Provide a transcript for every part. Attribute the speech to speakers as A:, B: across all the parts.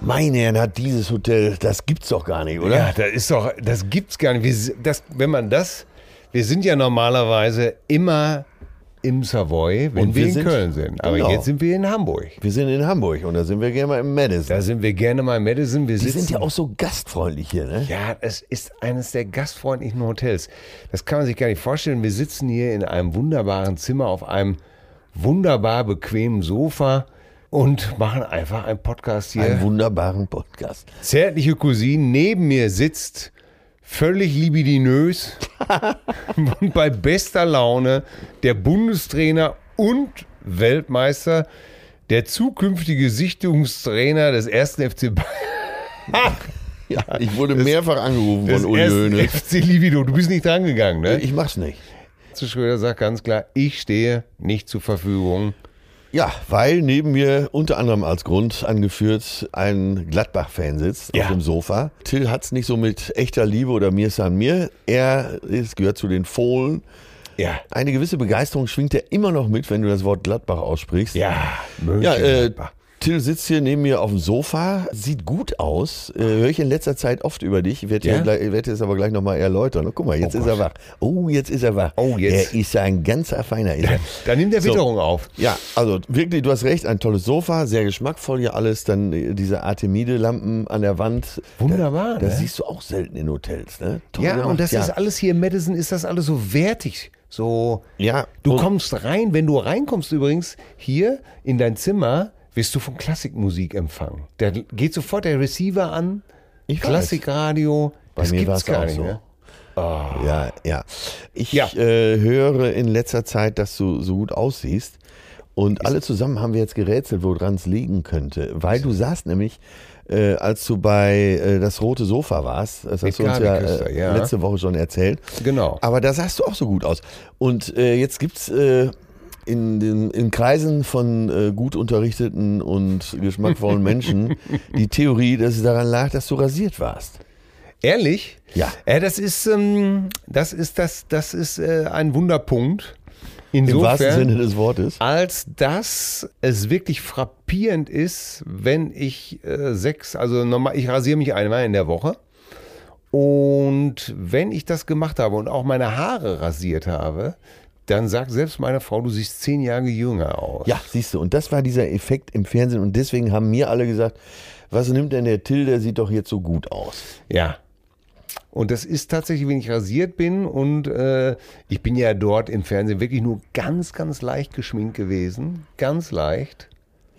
A: Meine Herren, hat dieses Hotel, das gibt's doch gar nicht, oder?
B: Ja, das ist doch, das gibt's gar nicht. Wir, s- das, wenn man das, wir sind ja normalerweise immer im Savoy, wenn
A: Und
B: wir,
A: wir
B: in
A: sind-
B: Köln sind. Aber
A: genau.
B: jetzt sind wir in Hamburg.
A: Wir sind in Hamburg und da sind wir gerne mal im Madison.
B: Da sind wir gerne mal in Madison. Wir
A: Die
B: sitzen
A: sind ja auch so gastfreundlich hier, ne?
B: Ja, es ist eines der gastfreundlichen Hotels. Das kann man sich gar nicht vorstellen. Wir sitzen hier in einem wunderbaren Zimmer auf einem wunderbar bequemen Sofa und machen einfach einen Podcast hier.
A: Einen wunderbaren Podcast.
B: Zärtliche Cousine neben mir sitzt völlig libidinös und bei bester Laune der Bundestrainer und Weltmeister, der zukünftige Sichtungstrainer des ersten FC Bayern.
A: Ja, ich wurde mehrfach angerufen
B: des
A: von Uli
B: ersten
A: Höhne.
B: FC Libido. Du bist nicht drangegangen, ne?
A: Ich mach's nicht.
B: Zu Schröder sagt ganz klar, ich stehe nicht zur Verfügung.
A: Ja, weil neben mir unter anderem als Grund angeführt ein Gladbach-Fan sitzt
B: Ja.
A: auf dem Sofa. Till hat's nicht so mit echter Liebe oder mir ist an mir. Er ist, gehört zu den Fohlen.
B: Ja.
A: Eine gewisse Begeisterung schwingt er immer noch mit, wenn du das Wort Gladbach aussprichst.
B: Ja,
A: Ja, äh,
B: Mönchengladbach.
A: Till sitzt hier neben mir auf dem Sofa, sieht gut aus. Äh, Höre ich in letzter Zeit oft über dich. Werde
B: Ja?
A: ja? werd es aber gleich nochmal erläutern. Guck mal, jetzt
B: Oh
A: ist er wach. Oh, jetzt ist er wach.
B: Oh, jetzt.
A: Er ist ein ganzer feiner. Ist er.
B: Dann nimmt der
A: So.
B: Witterung auf.
A: Ja, also wirklich, du hast recht, ein tolles Sofa, sehr geschmackvoll hier alles. Dann äh, diese Artemide-Lampen an der Wand.
B: Wunderbar,
A: Da, das
B: ne?
A: siehst du auch selten in Hotels, ne? Toll
B: Ja,
A: gemacht,
B: und das
A: ja.
B: ist alles hier in Madison, ist das alles so wertig. So,
A: Ja,
B: du
A: und-
B: kommst rein, wenn du reinkommst übrigens, hier in dein Zimmer, wirst du von Klassikmusik empfangen. Da geht sofort der Receiver an,
A: Ich weiß.
B: Klassikradio,
A: Bei
B: das
A: mir
B: gibt's
A: war's
B: gar
A: auch
B: nicht.
A: so.
B: Ne?
A: Ja, ja. Ich
B: Ja.
A: Äh, höre in letzter Zeit, dass du so gut aussiehst. Und alle zusammen haben wir jetzt gerätselt, woran es liegen könnte. Weil du saßt nämlich, äh, als du bei äh, das rote Sofa warst, das hast du uns
B: Gabi
A: ja,
B: Küster,
A: äh,
B: ja.
A: letzte Woche schon erzählt.
B: Genau.
A: Aber da sahst du auch so gut aus. Und äh, jetzt gibt's äh, in, den, in Kreisen von äh, gut unterrichteten und geschmackvollen Menschen die Theorie, dass es daran lag, dass du rasiert warst.
B: Ehrlich?
A: Ja.
B: Äh, das ist, ähm, das ist, das, das ist äh, ein Wunderpunkt. Insofern,
A: Im wahrsten Sinne des Wortes.
B: als dass es wirklich frappierend ist, wenn ich äh, sechs, also normal, ich rasiere mich einmal in der Woche. Und wenn ich das gemacht habe und auch meine Haare rasiert habe, dann sagt selbst meine Frau, du siehst zehn Jahre jünger aus.
A: Ja, siehst du, und das war dieser Effekt im Fernsehen und deswegen haben mir alle gesagt, was nimmt denn der Till, der sieht doch jetzt so gut aus.
B: Ja. Und das ist tatsächlich, wenn ich rasiert bin und äh, ich bin ja dort im Fernsehen wirklich nur ganz, ganz leicht geschminkt gewesen. Ganz leicht.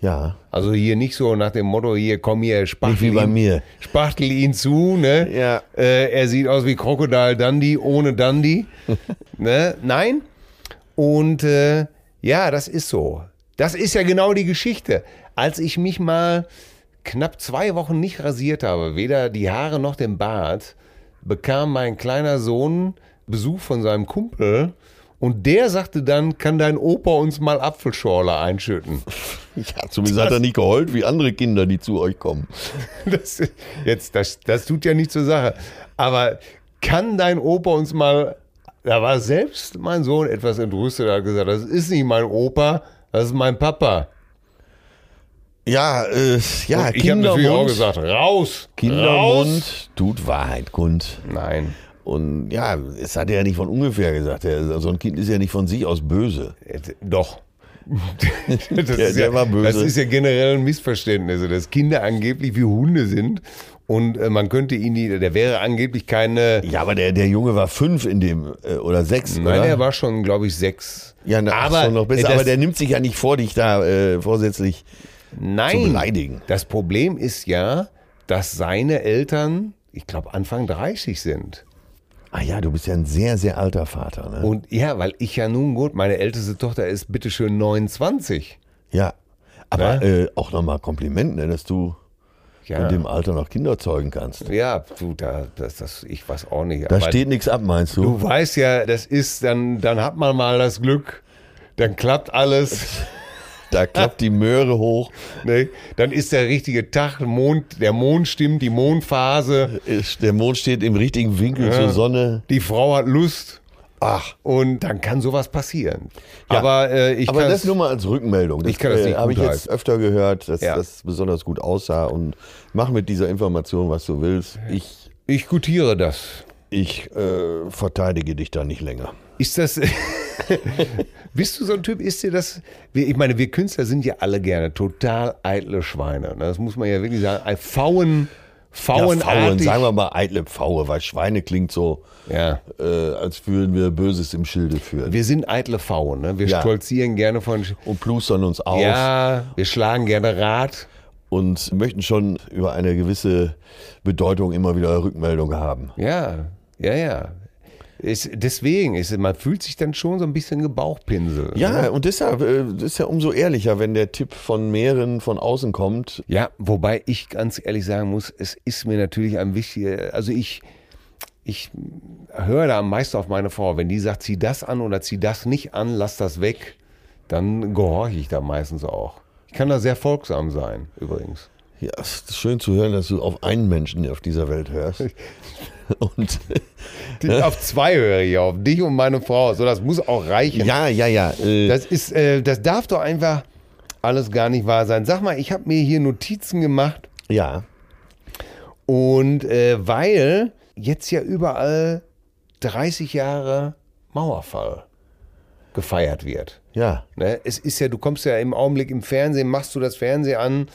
A: Ja,
B: Also hier nicht so nach dem Motto, hier komm hier, spachtel,
A: nicht wie bei
B: ihn,
A: mir.
B: spachtel ihn zu, ne?
A: Ja.
B: Äh, er sieht aus wie Crocodile Dundee ohne Dundee. ne? Nein. Und äh, ja, das ist so. Das ist ja genau die Geschichte. Als ich mich mal knapp zwei Wochen nicht rasiert habe, weder die Haare noch den Bart, bekam mein kleiner Sohn Besuch von seinem Kumpel und der sagte dann, kann dein Opa uns mal Apfelschorle einschütten.
A: Ja, zumindest hat er nicht geheult wie andere Kinder, die zu euch kommen.
B: Das, jetzt, das, das tut ja nicht zur Sache. Aber kann dein Opa uns mal. Da war selbst mein Sohn etwas entrüstet, er hat gesagt, das ist nicht mein Opa, das ist mein Papa.
A: Ja, äh, ja,
B: ich habe natürlich auch gesagt, raus! raus.
A: Kindermund tut Wahrheit kund.
B: Nein.
A: Und ja, es hat er ja nicht von ungefähr gesagt. Er- So ein Kind ist ja nicht von sich aus böse.
B: Äh, Doch. das
A: Der-
B: ist
A: der
B: ja,
A: war böse.
B: Das ist ja generell ein Missverständnis, also, dass Kinder angeblich wie Hunde sind und äh, man könnte ihn, die- der wäre angeblich keine.
A: Ja, aber der, der Junge war fünf in dem, äh, oder sechs,
B: Nein,
A: oder?
B: er war schon, glaube ich, sechs.
A: ja, na, aber, äh, schon noch besser,
B: das-
A: aber der nimmt sich ja nicht vor, dich da äh, vorsätzlich.
B: Nein.
A: zu beleidigen.
B: Das Problem ist ja, dass seine Eltern, ich glaube, Anfang 30 sind.
A: Ah ja, du bist ja ein sehr, sehr alter Vater. Ne?
B: Und ja, weil ich ja nun gut, meine älteste Tochter ist bitteschön 29.
A: ja, aber
B: Ne?
A: äh, auch nochmal Kompliment, ne, dass du
B: Ja,
A: in dem Alter noch Kinder zeugen kannst.
B: ja du, da, das, das, ich weiß auch nicht.
A: Da
B: aber
A: steht nichts ab, meinst du?
B: du weißt ja, das ist, dann, dann hat man mal das Glück, dann klappt alles.
A: Da klappt die Möhre hoch.
B: Ne? Dann ist der richtige Tag, Mond, der Mond stimmt, die Mondphase,
A: Ist- Der Mond steht im richtigen Winkel zur Sonne.
B: die Frau hat Lust.
A: Ach.
B: Und dann kann sowas passieren. aber äh, ich
A: Aber
B: kann's-
A: das nur mal als Rückmeldung. Das,
B: Ich kann das nicht
A: habe ich
B: gutheißen.
A: jetzt öfter gehört, dass
B: Ja.
A: das besonders gut aussah. Und mach mit dieser Information, was du willst. Ich,
B: Ich gutiere das.
A: ich äh, verteidige dich da nicht länger.
B: Ist das. Bist du so ein Typ? Ist dir das. wir- Ich meine, wir Künstler sind ja alle gerne total eitle Schweine. ne? Das muss man ja wirklich sagen. Ein Fauen. Fauen,
A: sagen wir mal eitle Pfaue, weil Schweine klingt so,
B: Ja.
A: äh, als würden wir Böses im Schilde führen.
B: Wir sind eitle Fauen. Ne? Wir
A: Ja.
B: stolzieren gerne von.
A: und plustern uns auf
B: Ja, wir schlagen gerne Rad.
A: und möchten schon über eine gewisse Bedeutung immer wieder Rückmeldung haben.
B: Ja, ja, ja. Ist, deswegen, ist, man fühlt sich dann schon so ein bisschen gebauchpinselt. ne?
A: Ja, und deshalb äh, das ist ja umso ehrlicher, wenn der Tipp von mehreren von außen kommt.
B: Ja, wobei ich ganz ehrlich sagen muss, es ist mir natürlich ein wichtiger, also ich, ich höre da am meisten auf meine Frau. Wenn die sagt, zieh das an oder zieh das nicht an, lass das weg, dann gehorche ich da meistens auch. Ich kann da sehr folgsam sein, übrigens.
A: Ja, es ist schön zu hören, dass du auf einen Menschen auf dieser Welt hörst. Und
B: Auf zwei höre ich auf, dich und meine Frau. So, das muss auch reichen.
A: ja, ja, ja. Äh,
B: Das ist, äh, das darf doch einfach alles gar nicht wahr sein. Sag mal, ich habe mir hier Notizen gemacht
A: ja.
B: Und äh, weil jetzt ja überall 30 Jahre Mauerfall gefeiert wird.
A: Ja.
B: Ne? Es ist ja, du kommst ja im Augenblick im Fernsehen, machst du das Fernsehen an,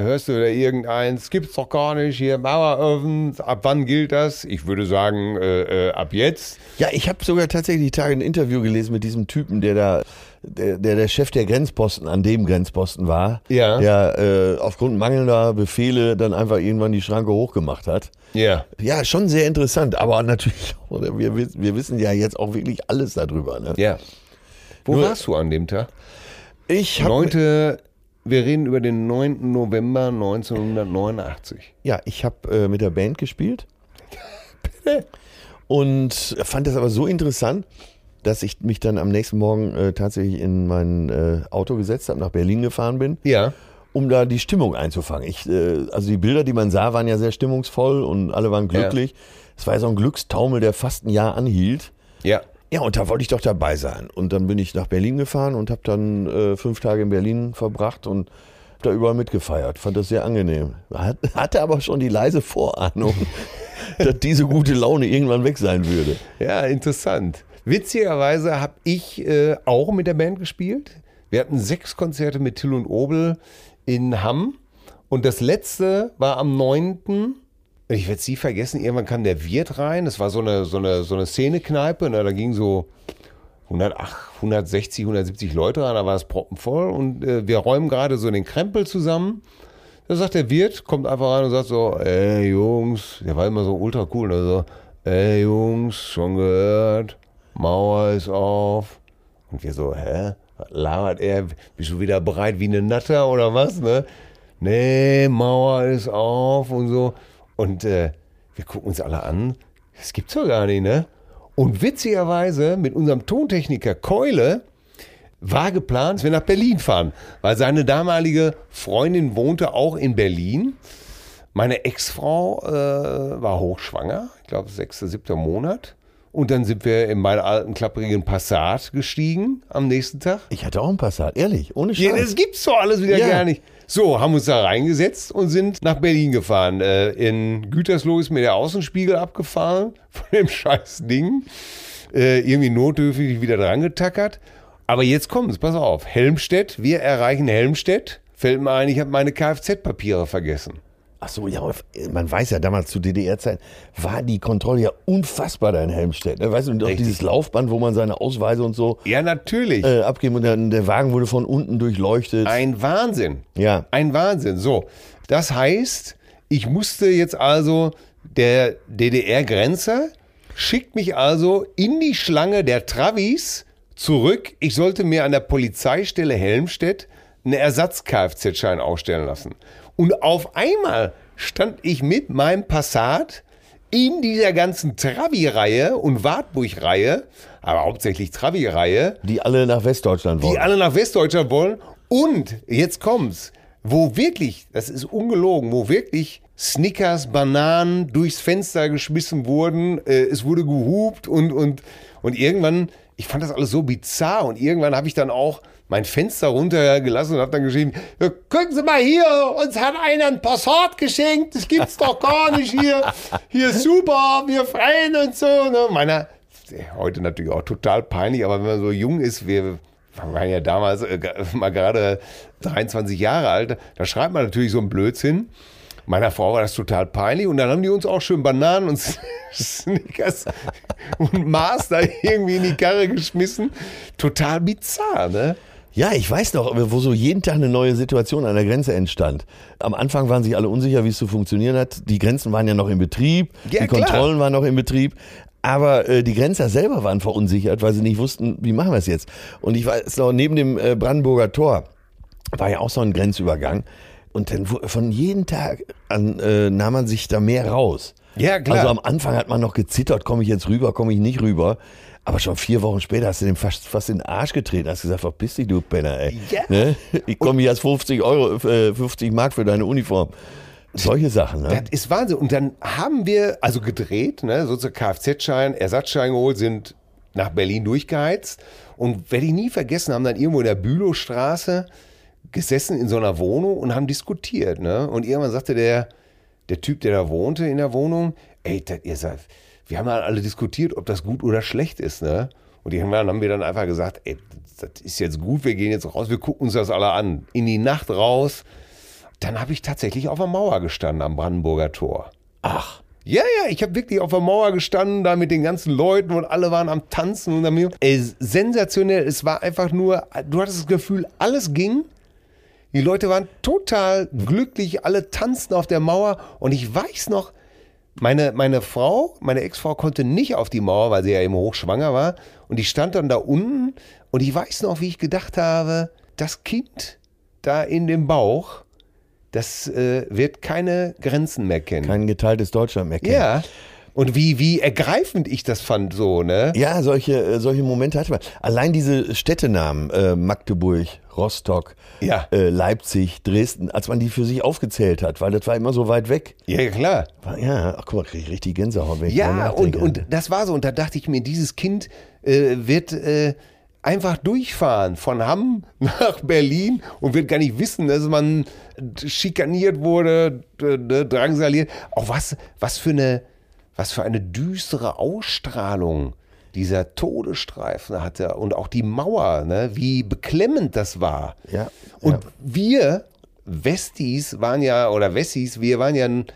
B: hörst du da irgendeins, gibt's doch gar nicht, hier Maueröfen, ab wann gilt das? Ich würde sagen, äh, äh, ab jetzt.
A: Ja, ich habe sogar tatsächlich die Tage ein Interview gelesen mit diesem Typen, der da, der der, der Chef der Grenzposten an dem Grenzposten war,
B: Ja.
A: der äh, aufgrund mangelnder Befehle dann einfach irgendwann die Schranke hochgemacht hat.
B: Ja.
A: Ja, schon sehr interessant, aber natürlich, oder wir, wissen- wir wissen ja jetzt auch wirklich alles darüber. Ne?
B: Ja. Wo
A: Nur-
B: warst du an dem Tag?
A: Ich habe
B: 9. Wir reden über den 9. November 1989.
A: Ja, ich habe äh, mit der Band gespielt. Und fand das aber so interessant, dass ich mich dann am nächsten Morgen äh, tatsächlich in mein äh, Auto gesetzt habe, nach Berlin gefahren bin,
B: Ja.
A: um da die Stimmung einzufangen. Ich, äh, also die Bilder, die man sah, waren ja sehr stimmungsvoll und alle waren glücklich. Es war ja so ein Glückstaumel, der fast ein Jahr anhielt.
B: Ja.
A: Ja, und da wollte ich doch dabei sein. Und dann bin ich nach Berlin gefahren und habe dann äh, fünf Tage in Berlin verbracht und hab da überall mitgefeiert. Fand das sehr angenehm. Hat, hatte aber schon die leise Vorahnung, dass diese gute Laune irgendwann weg sein würde.
B: Ja, interessant. Witzigerweise habe ich äh, auch mit der Band gespielt. Wir hatten sechs Konzerte mit Till und Obel in Hamm. Und das letzte war am 9. Ich werde es nie vergessen, irgendwann kam der Wirt rein. Das war so eine, so eine, so eine Szene-Kneipe. Ne? Da ging so 108, 160, 170 Leute rein. Da war es proppenvoll. Und äh, wir räumen gerade so den Krempel zusammen. Da sagt der Wirt, kommt einfach rein und sagt so, ey Jungs, der war immer so ultra cool, also, ey Jungs, schon gehört, Mauer ist auf. Und wir so, hä? Was labert er? Bist du wieder breit wie eine Natter oder was? Ne? Nee, Mauer ist auf und so. Und äh, wir gucken uns alle an. Das gibt's doch gar nicht, ne? Und witzigerweise mit unserem Tontechniker Keule war geplant, dass wir nach Berlin fahren, weil seine damalige Freundin wohnte auch in Berlin. Meine Ex-Frau äh, war hochschwanger, ich glaube sechster, siebter Monat. Und dann sind wir in meinen alten klapprigen Passat gestiegen am nächsten Tag.
A: Ich hatte auch einen Passat, ehrlich, ohne
B: Ja,
A: Scheiß.
B: das gibt's doch alles wieder
A: Ja.
B: gar nicht. So, haben uns da reingesetzt und sind nach Berlin gefahren. Äh, in Gütersloh ist mir der Außenspiegel abgefahren von dem scheiß Ding. Äh, irgendwie notdürftig wieder dran getackert. Aber jetzt kommt's, pass auf. Helmstedt, wir erreichen Helmstedt. Fällt mir ein, ich habe meine Kfz-Papiere vergessen.
A: Ach so, ja, aber man weiß ja, damals zu DDR-Zeiten war die Kontrolle ja unfassbar da in Helmstedt. Ne? Weißt du, und auch
B: Richtig.
A: dieses Laufband, wo man seine Ausweise und so
B: Ja, natürlich.
A: äh, abgeben und dann der Wagen wurde von unten durchleuchtet.
B: Ein Wahnsinn.
A: Ja.
B: Ein Wahnsinn. So, das heißt, ich musste jetzt also, der DDR-Grenzer schickt mich also in die Schlange der Travis zurück. Ich sollte mir an der Polizeistelle Helmstedt einen Ersatz-Kfz-Schein ausstellen lassen. Und auf einmal stand ich mit meinem Passat in dieser ganzen Travi-Reihe und Wartburg-Reihe, aber hauptsächlich Travi-Reihe,
A: Die alle nach Westdeutschland
B: die
A: wollen.
B: alle nach Westdeutschland wollen. Und jetzt kommt's, wo wirklich, das ist ungelogen, wo wirklich Snickers, Bananen durchs Fenster geschmissen wurden, äh, es wurde gehupt und, und, und irgendwann, ich fand das alles so bizarr und irgendwann habe ich dann auch mein Fenster runtergelassen und habe dann geschrieben, "Ja, gucken Sie mal hier, uns hat einer ein Passat geschenkt, das gibt's doch gar nicht hier, hier ist super, wir freuen uns so. Ne? Meiner, heute natürlich auch total peinlich, aber wenn man so jung ist, wir waren ja damals äh, ge- mal gerade 23 Jahre alt, da schreibt man natürlich so einen Blödsinn. Meiner Frau war das total peinlich und dann haben die uns auch schön Bananen und Snickers und Mars da irgendwie in die Karre geschmissen. Total bizarr, ne?
A: Ja, ich weiß noch, wo so jeden Tag eine neue Situation an der Grenze entstand. Am Anfang waren sich alle unsicher, wie es zu funktionieren hat. Die Grenzen waren ja noch in Betrieb,
B: Ja,
A: die
B: klar.
A: Kontrollen waren noch in Betrieb. Aber äh, die Grenzer selber waren verunsichert, weil sie nicht wussten, wie machen wir es jetzt. Und ich weiß noch, neben dem äh, Brandenburger Tor war ja auch so ein Grenzübergang. Und dann wu- von jedem Tag an äh, nahm man sich da mehr raus.
B: Ja, klar.
A: Also am Anfang hat man noch gezittert, komme ich jetzt rüber, komme ich nicht rüber. Aber schon vier Wochen später hast du dem fast, fast in den Arsch getreten, hast gesagt, verpiss dich, du Penner, ey.
B: Ja.
A: Ne? Ich komme hier als 50 Euro, äh, 50 Mark für deine Uniform. Solche Sachen, ne?
B: Das ist Wahnsinn. Und dann haben wir also gedreht, ne, sozusagen Kfz-Schein, Ersatzschein geholt, sind nach Berlin durchgeheizt. Und werde ich nie vergessen, haben dann irgendwo in der Bülowstraße gesessen in so einer Wohnung und haben diskutiert. Ne? Und irgendwann sagte der, der Typ, der da wohnte in der Wohnung, ey, das, ihr seid, wir haben halt alle diskutiert, ob das gut oder schlecht ist. Ne? Und irgendwann haben wir dann einfach gesagt, ey, das das ist jetzt gut, wir gehen jetzt raus, wir gucken uns das alle an. In die Nacht raus, dann habe ich tatsächlich auf der Mauer gestanden am Brandenburger Tor.
A: Ach.
B: Ja, ja, ich habe wirklich auf der Mauer gestanden, da mit den ganzen Leuten und alle waren am Tanzen und am Jubeln. Ey, sensationell, es war einfach nur, du hattest das Gefühl, alles ging. Die Leute waren total glücklich, alle tanzten auf der Mauer und ich weiß noch, meine, meine Frau, meine Ex-Frau konnte nicht auf die Mauer, weil sie ja eben hochschwanger war. Und ich stand dann da unten und ich weiß noch, wie ich gedacht habe, das Kind da in dem Bauch, das äh, wird keine Grenzen mehr kennen.
A: Kein geteiltes Deutschland mehr kennen.
B: Ja. Und wie, wie ergreifend ich das fand, so, ne?
A: Ja, solche, äh, solche Momente hatte man. Allein diese Städtenamen, äh, Magdeburg, Rostock,
B: Ja.
A: äh, Leipzig, Dresden, als man die für sich aufgezählt hat, weil das war immer so weit weg.
B: Ja, klar.
A: Ja, ach guck mal, krieg ich richtig Gänsehaut, wenn ich drüber
B: Ja, und,
A: nachdenke.
B: und das war so. Und da dachte ich mir, dieses Kind äh, wird äh, einfach durchfahren von Hamm nach Berlin und wird gar nicht wissen, dass man schikaniert wurde, d- ne, drangsaliert. Auch was, was für eine, was für eine düstere Ausstrahlung dieser Todesstreifen hatte und auch die Mauer, ne, wie beklemmend das war.
A: Ja,
B: Und
A: ja.
B: wir Westies waren ja, oder Wessis, wir waren ja, n-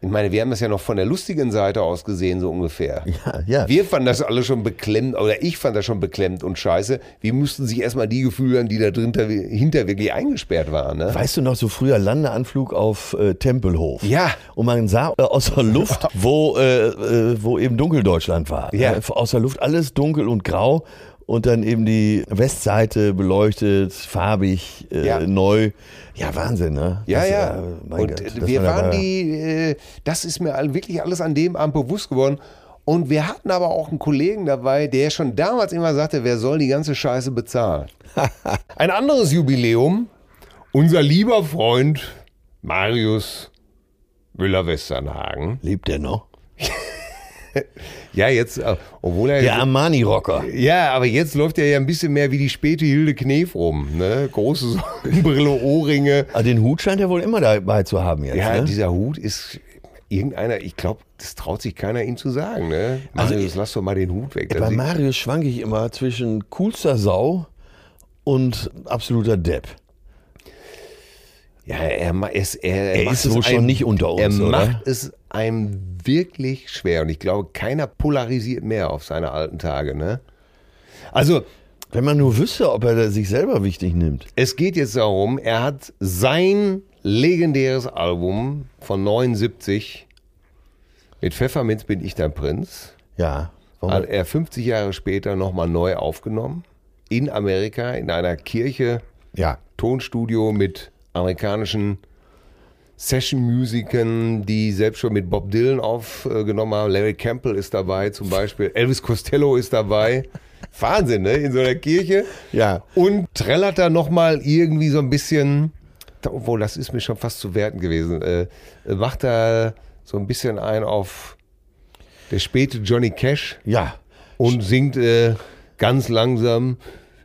B: ich meine, wir haben das ja noch von der lustigen Seite aus gesehen, so ungefähr.
A: Ja, ja.
B: Wir fanden das alle schon beklemmt, oder ich fand das schon beklemmt und scheiße. Wir mussten sich erstmal die Gefühle an, die da drin, hinter wirklich eingesperrt waren. Ne?
A: Weißt du noch, so früher Landeanflug auf äh, Tempelhof.
B: Ja.
A: Und man sah äh, aus der Luft, wo, äh, äh, wo eben Dunkeldeutschland war.
B: Ja.
A: Äh, aus der Luft alles dunkel und grau. und dann eben die Westseite beleuchtet, farbig, äh,
B: Ja.
A: neu. Ja, Wahnsinn, ne?
B: Ja,
A: Das,
B: ja.
A: äh, mein
B: und
A: Gott,
B: äh,
A: dass
B: wir
A: man da
B: waren
A: war.
B: die, äh, das ist mir all- wirklich alles an dem Abend bewusst geworden. Und wir hatten aber auch einen Kollegen dabei, der schon damals immer sagte, wer soll die ganze Scheiße bezahlen? Ein anderes Jubiläum, unser lieber Freund Marius Müller-Westernhagen.
A: Lebt der noch?
B: Ja, jetzt, äh, obwohl er...
A: Der Armani-Rocker.
B: Ja, aber jetzt läuft er ja ein bisschen mehr wie die späte Hilde Knef rum. Ne? Große Sonnenbrille, Ohrringe.
A: Ah, den Hut scheint er wohl immer dabei zu haben jetzt,
B: Ja,
A: ne?
B: dieser Hut ist irgendeiner, ich glaube, das traut sich keiner ihm zu sagen. Ne?
A: Also
B: Marius,
A: ich-
B: lass doch mal den Hut weg.
A: Bei
B: Das sieht-
A: Marius schwanke ich immer zwischen coolster Sau und absoluter Depp.
B: ja, er, ma- es, er,
A: Er
B: macht
A: ist wohl
B: es
A: schon nicht unter uns,
B: Er
A: oder?
B: macht es einem wirklich schwer. Und ich glaube, keiner polarisiert mehr auf seine alten Tage. Ne? Also,
A: Wenn man nur wüsste, ob er sich selber wichtig nimmt.
B: es geht jetzt darum, er hat sein legendäres Album von 79 mit Pfefferminz bin ich dein Prinz.
A: Ja. Warum-
B: hat er 50 Jahre später nochmal neu aufgenommen. In Amerika, in einer Kirche,
A: ja.
B: Tonstudio mit amerikanischen Session-Musikern, die selbst schon mit Bob Dylan aufgenommen haben. Larry Campbell ist dabei zum Beispiel. Elvis Costello ist dabei. Wahnsinn, ne? In so einer Kirche.
A: Ja.
B: Und trällert da nochmal irgendwie so ein bisschen, obwohl das ist mir schon fast zu werten gewesen, äh, macht da so ein bisschen ein auf der späte Johnny Cash
A: Ja.
B: und singt äh, ganz langsam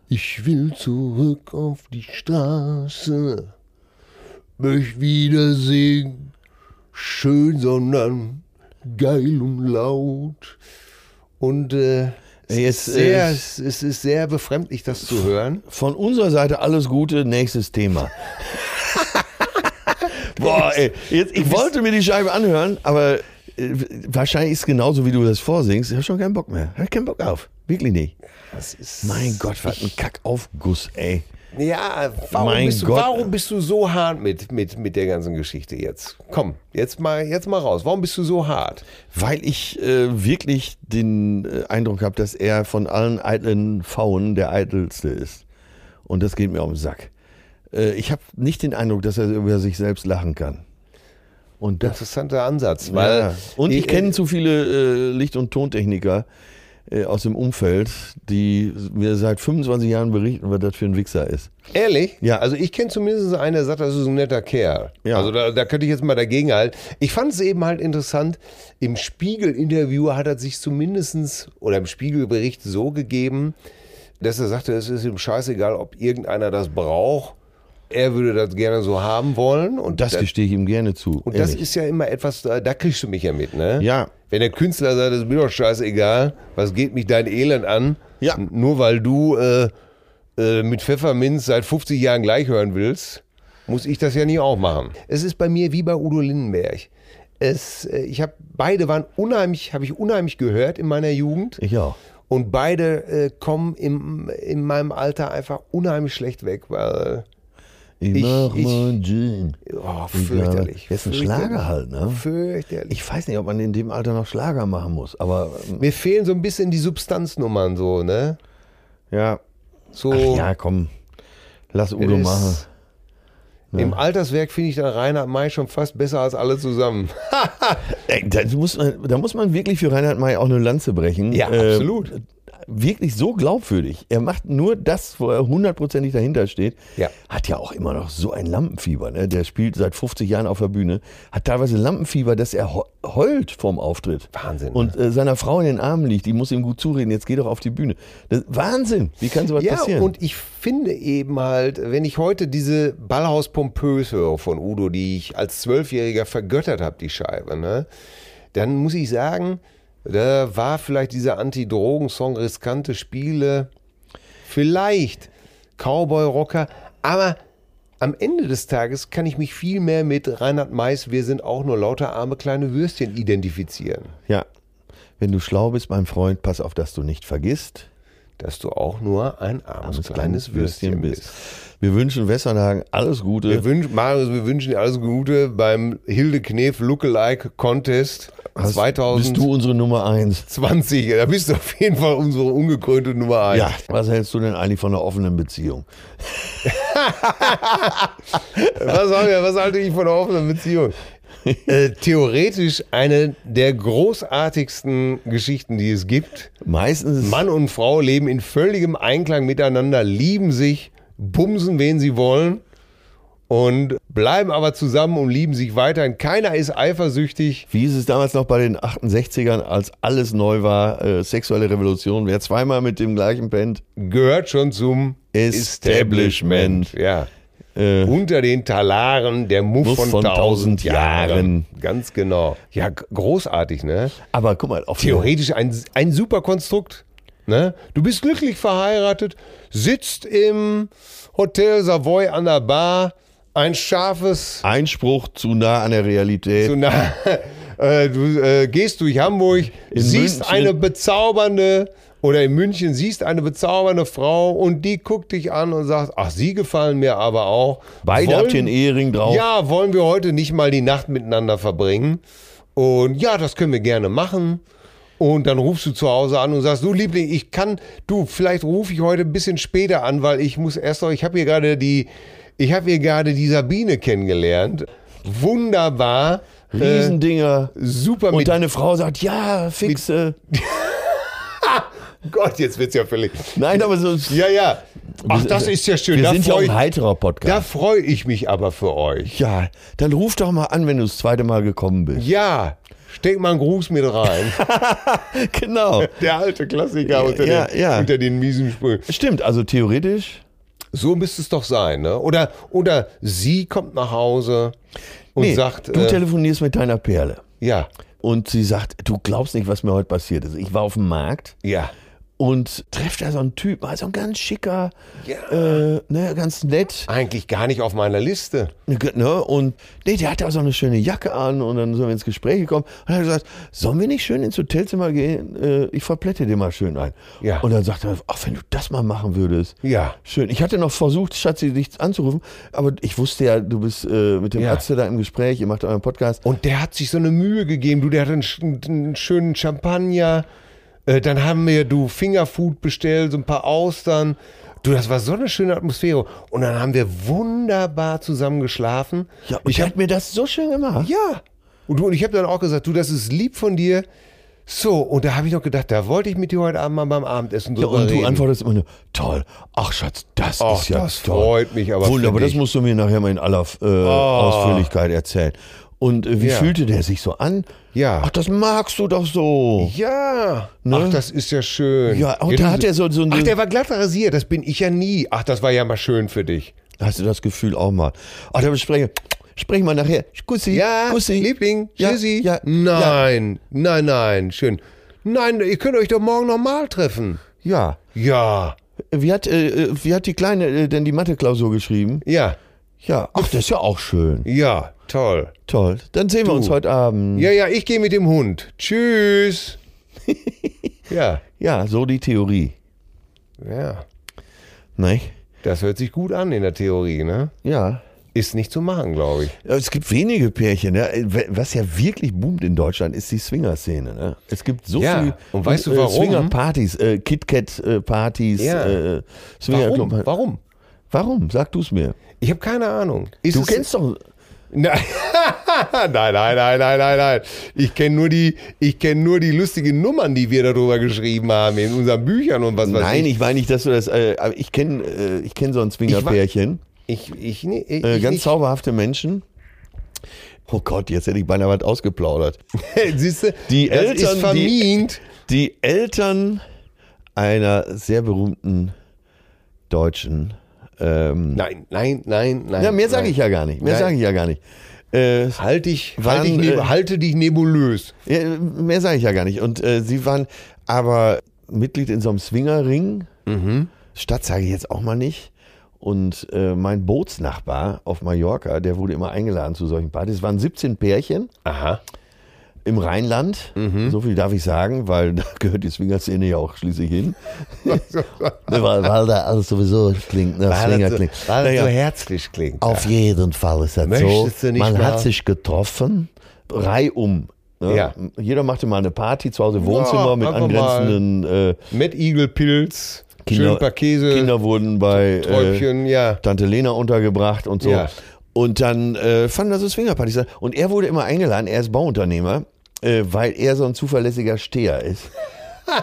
B: Ich will zurück auf die Straße, möcht wieder singen, schön, sondern geil und laut. Und äh, es,
A: Jetzt,
B: ist sehr,
A: äh,
B: es es ist sehr befremdlich, das zu hören.
A: Von unserer Seite alles Gute, nächstes Thema. Boah, ey, jetzt, ich wollte mir die Scheibe anhören, aber äh, wahrscheinlich ist es genauso, wie du das vorsingst. Ich habe schon keinen Bock mehr. Ich hab keinen Bock auf. Wirklich nicht.
B: Das ist,
A: Mein Gott, was ein Kackaufguss, ey.
B: Ja, warum,
A: Mein
B: bist du,
A: Gott.
B: warum bist du so hart mit, mit, mit der ganzen Geschichte jetzt? Komm, jetzt mal, jetzt mal raus. Warum bist du so hart?
A: Weil ich äh, wirklich den äh, Eindruck habe, dass er von allen eitlen Pfauen der eitelste ist. Und das geht mir auf den Sack. Äh, ich habe nicht den Eindruck, dass er über sich selbst lachen kann. Und das
B: Interessanter Ansatz, weil
A: ja. Und ich kenne zu viele äh, Licht- und Tontechniker äh, aus dem Umfeld, die mir seit 25 Jahren berichten, was das für ein Wichser ist.
B: Ehrlich?
A: Ja.
B: Also ich kenne zumindest einen, der sagt, das ist ein netter Kerl.
A: Ja.
B: Also da, da könnte ich jetzt mal dagegen halten. Ich fand es eben halt interessant, im Spiegel-Interview hat er sich zumindestens oder im Spiegelbericht so gegeben, dass er sagte, es ist ihm scheißegal, ob irgendeiner das braucht. Er würde das gerne so haben wollen. Und
A: Das
B: da-
A: gestehe ich ihm gerne zu.
B: und das
A: ehrlich.
B: ist ja immer etwas, da, da kriegst du mich ja mit, ne?
A: Ja.
B: Wenn der Künstler sagt, es ist mir doch scheißegal, was geht mich dein Elend an?
A: Ja.
B: N- Nur weil du äh, äh, mit Pfefferminz seit 50 Jahren gleich hören willst, muss ich das ja nicht auch machen. Es ist bei mir wie bei Udo Lindenberg. Es, äh, ich habe beide waren unheimlich, habe ich unheimlich gehört in meiner Jugend.
A: ich auch.
B: Und beide äh, kommen im, in meinem Alter einfach unheimlich schlecht weg, weil
A: Ich,
B: Ich-
A: mach
B: ich-
A: mal Gin.
B: oh, fürchterlich.
A: Das ist ein
B: fürchterlich,
A: Schlager halt, ne?
B: Fürchterlich.
A: Ich weiß nicht, ob man in dem Alter noch Schlager machen muss, aber ähm,
B: Mir fehlen so ein bisschen die Substanznummern so, ne?
A: ja.
B: So
A: Ach ja, komm. Lass Udo
B: es-
A: machen.
B: Im Alterswerk finde ich dann Reinhard May schon fast besser als alle zusammen.
A: Ey, da, muss man, da muss man wirklich für Reinhard May auch eine Lanze brechen.
B: Ja,
A: Äh,
B: absolut.
A: Wirklich so glaubwürdig. Er macht nur das, wo er hundertprozentig dahinter steht.
B: Ja.
A: Hat ja auch immer noch so ein Lampenfieber. Ne? Der spielt seit 50 Jahren auf der Bühne. Hat teilweise Lampenfieber, dass er heu- heult vorm Auftritt.
B: Wahnsinn, ne?
A: Und äh, seiner Frau in den Armen liegt. Die muss ihm gut zureden. Jetzt geh doch auf die Bühne. Das, Wahnsinn. Wie kann sowas
B: ja,
A: passieren?
B: und ich finde eben halt, wenn ich heute diese Ballhaus pompös höre von Udo, die ich als Zwölfjähriger vergöttert habe, die Scheibe, ne? Dann muss ich sagen, da war vielleicht dieser Anti-Drogen-Song riskante Spiele, vielleicht Cowboy-Rocker, aber am Ende des Tages kann ich mich viel mehr mit Reinhard Mais, wir sind auch nur lauter arme kleine Würstchen identifizieren.
A: ja. Wenn du schlau bist, mein Freund, pass auf, dass du nicht vergisst.
B: dass du auch nur ein armes, kleines Würstchen bist.
A: Wir wünschen Westernhagen alles Gute.
B: Wir wünschen, Marius, wir wünschen dir alles Gute beim Hilde Knef Lookalike Contest
A: Hast- Bist du
B: 2020.
A: unsere Nummer eins?
B: Da bist du auf jeden Fall unsere ungekrönte Nummer 1.
A: Ja. Was hältst du denn eigentlich von einer offenen Beziehung?
B: Was, haben wir, was halte ich von der offenen Beziehung? äh, theoretisch eine der großartigsten Geschichten, die es gibt.
A: Meistens ist
B: Mann und Frau leben in völligem Einklang miteinander, lieben sich, bumsen, wen sie wollen und bleiben aber zusammen und lieben sich weiterhin. Keiner ist eifersüchtig.
A: Wie ist es damals noch bei den 68ern, als alles neu war, äh, sexuelle Revolution, wer zweimal mit dem gleichen pennt,
B: Gehört schon zum
A: Establishment.
B: Ja.
A: Äh,
B: Unter den Talaren der Muff,
A: Muff
B: von,
A: von
B: tausend
A: 1000
B: Jahren.
A: Jahren.
B: Ganz genau. Ja, g- großartig, ne?
A: aber guck mal, auf
B: theoretisch ein, ein super Konstrukt. Ne? Du bist glücklich verheiratet, sitzt im Hotel Savoy an der Bar, ein scharfes
A: Einspruch zu nah an der Realität.
B: zu nah, äh, du äh, gehst durch Hamburg,
A: In
B: siehst
A: München.
B: eine bezaubernde oder in München siehst eine bezaubernde Frau und die guckt dich an und sagt, ach, sie gefallen mir aber auch.
A: Beide
B: Wollen-
A: habt ihr einen Ehering drauf.
B: Ja, wollen wir heute nicht mal die Nacht miteinander verbringen? Und ja, das können wir gerne machen. Und dann rufst du zu Hause an und sagst, du Liebling, ich kann, du, vielleicht rufe ich heute ein bisschen später an, weil ich muss erst noch, ich habe hier gerade die, ich habe hier gerade die Sabine kennengelernt. Wunderbar. Äh,
A: Riesendinger.
B: super
A: und
B: mit
A: deine Frau sagt, ja, fixe.
B: Gott, jetzt wird's ja völlig.
A: Nein, aber so.
B: Ja, ja. Ach, das ist ja schön.
A: Wir
B: da
A: sind ja um auch
B: freu
A: ein
B: ich,
A: heiterer Podcast.
B: da freue ich mich aber für euch.
A: ja, dann ruf doch mal an, wenn du das zweite Mal gekommen bist.
B: Ja, steck mal einen Gruß mit rein.
A: Genau.
B: Der alte Klassiker
A: Ja,
B: unter,
A: ja,
B: den,
A: ja.
B: unter den miesen Sprüchen.
A: Stimmt, also theoretisch.
B: So müsste es doch sein, ne? Oder, oder sie kommt nach Hause und
A: Nee,
B: sagt,
A: du
B: äh,
A: telefonierst mit deiner Perle.
B: ja,
A: Und sie sagt, du glaubst nicht, was mir heute passiert ist. Ich war auf dem Markt
B: ja,
A: und treffe da so einen Typ, also ein ganz schicker,
B: Ja.
A: äh, ne, ganz nett.
B: eigentlich gar nicht auf meiner Liste.
A: Ne, und nee, der hat da so eine schöne Jacke an und dann sind wir ins Gespräch gekommen. Und hat er gesagt, sollen wir nicht schön ins Hotelzimmer gehen? Äh, ich verplätte dir mal schön ein.
B: Ja.
A: Und dann sagt er, ach, wenn du das mal machen würdest.
B: Ja.
A: Schön. Ich hatte noch versucht, Schatzi, dich anzurufen, aber ich wusste ja, du bist äh, mit dem
B: Ja.
A: Ärzte da im Gespräch, ihr macht euren Podcast.
B: Und der hat sich so eine Mühe gegeben, du, der hat einen, sch- einen schönen Champagner. Äh, dann haben wir, du, Fingerfood bestellt, so ein paar Austern. Du, das war so eine schöne Atmosphäre. Und dann haben wir wunderbar zusammen geschlafen.
A: Ja, und ich
B: hab-
A: habe mir das so schön gemacht.
B: Ja. Und, du, und ich habe dann auch gesagt, du, das ist lieb von dir. So, und da habe ich noch gedacht, da wollte ich mit dir heute Abend mal beim Abendessen
A: Ja,
B: drüber
A: und
B: reden.
A: du antwortest immer nur, toll. Ach Schatz, das
B: Ach,
A: ist ja
B: das
A: toll.
B: freut mich aber für
A: Wunderbar, aber das
B: dich. Ah.
A: musst du mir nachher mal in aller äh, Ausführlichkeit erzählen. Und äh, wie
B: Ja.
A: fühlte der sich so an?
B: Ja.
A: Ach, das magst du doch so.
B: ja. Ach, das ist ja schön.
A: Ne? Ja, und
B: du-
A: da hat er so, so ein.
B: Ach, der war glatt rasiert, das bin ich ja nie. Ach, das war ja mal schön für dich.
A: hast du das Gefühl auch mal? Ach, da spreche sprech mal nachher. Kussi,
B: Ja,
A: Kussi.
B: Liebling,
A: Ja,
B: tschüssi.
A: ja,
B: nein, nein, nein, schön. Nein, ihr könnt euch doch morgen nochmal treffen.
A: Ja.
B: Ja,
A: Wie hat, äh, äh, wie hat die Kleine äh, denn die Mathe-Klausur geschrieben?
B: ja,
A: Ja. Ach, das ist ja auch schön.
B: ja, toll.
A: Toll. Dann sehen wir uns heute Abend.
B: Ja, ja, ich gehe mit dem Hund. Tschüss. ja,
A: Ja, so die Theorie.
B: ja.
A: Ne?
B: Das hört sich gut an in der Theorie, ne?
A: Ja.
B: Ist nicht zu machen, glaube ich.
A: Ja, Es gibt wenige Pärchen, ne? was ja wirklich boomt in Deutschland, ist die Swinger-Szene. Ne? Es gibt so
B: Ja,
A: viele
B: und weißt du warum?
A: Swinger-Partys, äh, KitKat-Partys,
B: Ja.
A: äh,
B: Warum?
A: Swinger-Club. Warum?
B: Warum?
A: Sag du es mir.
B: Ich habe keine Ahnung. Ist
A: Du
B: es-
A: kennst doch.
B: Nein, nein, nein, nein, nein, nein, nein. Ich kenne nur die, ich kenne nur die lustigen Nummern, die wir darüber geschrieben haben in unseren Büchern und was weiß
A: Nein,
B: ich.
A: ich meine nicht, dass du das. Äh, aber ich kenne äh, ich kenn so ein Swinger-Pärchen.
B: Ich, ich, nee, ich,
A: Äh,
B: ich
A: ganz
B: nicht.
A: zauberhafte Menschen. Oh Gott, jetzt hätte ich beinahe was ausgeplaudert.
B: Siehste,
A: Die
B: das
A: Eltern,
B: ist
A: die-
B: vermint.
A: Die Eltern einer sehr berühmten deutschen. Ähm,
B: nein, nein, nein, nein.
A: Ja, mehr sage
B: nein.
A: ich ja gar nicht. Mehr
B: Nein.
A: sage ich ja gar nicht. Äh,
B: Halt dich, halt
A: Waren,
B: dich, neb
A: äh,
B: halte dich nebulös.
A: ja, mehr sage ich ja gar nicht. Und äh, sie waren aber Mitglied in so einem Swingerring.
B: Mhm.
A: Stadt sage ich jetzt auch mal nicht. Und äh, mein Bootsnachbar auf Mallorca, der wurde immer eingeladen zu solchen Partys. Es waren 17 Pärchen.
B: Aha.
A: im Rheinland.
B: Mhm.
A: So viel darf ich sagen, weil da gehört die Swingerszene ja auch schließlich hin. Ne, weil, weil da alles sowieso klingt, ne,
B: Weil
A: Swinger
B: das so,
A: klingt.
B: weil das
A: Naja.
B: so herzlich klingt.
A: Auf jeden Fall ist das
B: Möchtest
A: so.
B: du nicht
A: man
B: mal-
A: hat sich getroffen, reihum. Ne?
B: Ja.
A: Jeder machte mal eine Party zu Hause im Wohnzimmer
B: Ja,
A: mit
B: einfach
A: angrenzenden äh,
B: Mad Eagle Pilz,
A: Kinder.
B: schön ein paar Käse,
A: Kinder wurden bei äh,
B: Träubchen, ja.
A: Tante Lena untergebracht und so.
B: Ja.
A: Und dann äh, fanden da so Swingerpartys statt. Und er wurde immer eingeladen, er ist Bauunternehmer, äh, weil er so ein zuverlässiger Steher ist.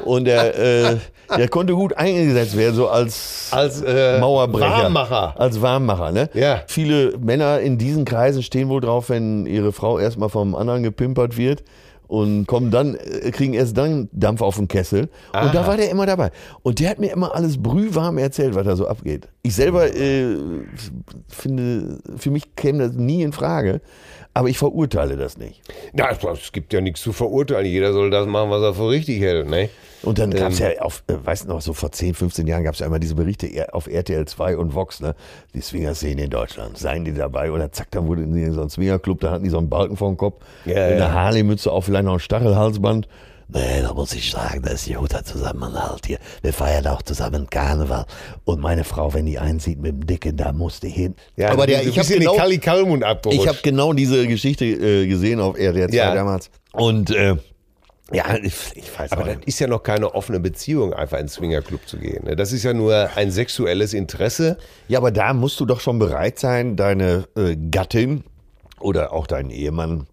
A: Und er, äh, der konnte gut eingesetzt werden, so als
B: Als äh,
A: Mauerbrecher.
B: Warmmacher.
A: Als Warmmacher, ne?
B: Ja.
A: Viele Männer in diesen Kreisen stehen wohl drauf, wenn ihre Frau erstmal vom anderen gepimpert wird und kommen dann, äh, kriegen erst dann Dampf auf den Kessel. Und da war der immer dabei. Und der hat mir immer alles brühwarm erzählt, was da so abgeht. Ich selber äh, finde, für mich käme das nie in Frage, aber ich verurteile das nicht.
B: Na, es gibt ja nichts zu verurteilen. Jeder soll das machen, was er für richtig hält, ne?
A: Und dann gab es ja, auf, äh, weißt du noch, so vor 10, 15 Jahren gab es ja immer diese Berichte er- auf RTL 2 und Vox, ne? Die Swinger-Szene in Deutschland. Seien die dabei? Oder zack, dann wurde in so ein Swingerclub, da hatten die so einen Balken vor dem Kopf,
B: Ja,
A: eine
B: ja.
A: Harley-Mütze auf, vielleicht noch ein Stachelhalsband. Nee, da muss ich sagen, das ist ein guter Zusammenhalt hier. Wir feiern auch zusammen Karneval. Und meine Frau, wenn die einsieht mit dem Dicken, da muss die hin.
B: Ja,
A: Aber der,
B: du
A: ich
B: bist
A: habe
B: in
A: genau,
B: den Kali Kalmund abgerutscht.
A: ich habe genau diese Geschichte äh, gesehen auf RTL 2
B: Ja.
A: damals. Und äh, ja, ich, ich weiß
B: aber
A: auch
B: das
A: nicht.
B: ist ja noch keine offene Beziehung, einfach in den Swingerclub zu gehen. Ne? Das ist ja nur ein sexuelles Interesse.
A: Ja, aber da musst du doch schon bereit sein, deine äh, Gattin oder auch deinen Ehemann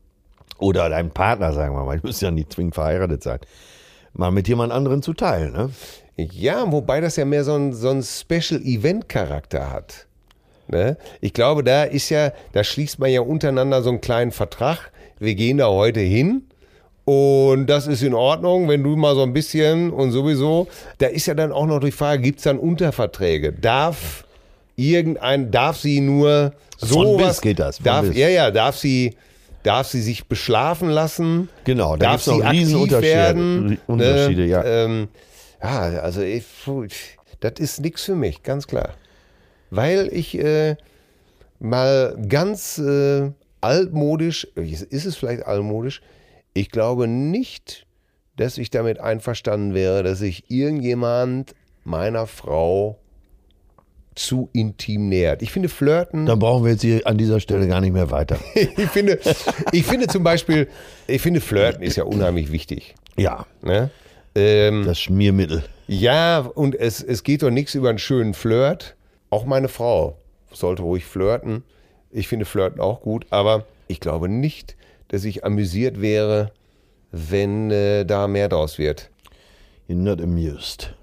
A: oder deinen Partner, sagen wir mal, du musst ja nicht zwingend verheiratet sein, mal mit jemand anderen zu teilen. Ne?
B: Ja, wobei das ja mehr so einen so ein Special-Event-Charakter hat. Ne? Ich glaube, da ist ja, da schließt man ja untereinander so einen kleinen Vertrag. Wir gehen da heute hin und das ist in Ordnung, wenn du mal so ein bisschen und sowieso. Da ist ja dann auch noch die Frage, gibt es dann Unterverträge? Darf irgendein, darf sie nur
A: Von
B: so
A: bis geht das, von
B: Darf,
A: bis.
B: ja, ja, darf sie, darf sie sich beschlafen lassen?
A: Genau, da
B: darf
A: gibt's noch
B: sie aktiv
A: Riesenunterschiede, Mhm, Äh,
B: werden?
A: Unterschiede,
B: ne?
A: ja.
B: Ähm, ja, also ich, puh, das ist nichts für mich, ganz klar. Weil ich äh, mal ganz äh, altmodisch, ist es vielleicht altmodisch, ich glaube nicht, dass ich damit einverstanden wäre, dass sich irgendjemand meiner Frau zu intim nähert. Ich finde Flirten
A: Dann brauchen wir jetzt hier an dieser Stelle gar nicht mehr weiter.
B: ich finde, ich finde zum Beispiel, ich finde Flirten ist ja unheimlich wichtig.
A: ja,
B: Ne? Ähm,
A: das Schmiermittel.
B: ja, und es, es geht doch nichts über einen schönen Flirt. Auch meine Frau sollte ruhig flirten. Ich finde Flirten auch gut, aber ich glaube nicht, dass ich amüsiert wäre, wenn äh, da mehr draus wird.
A: You're not amused.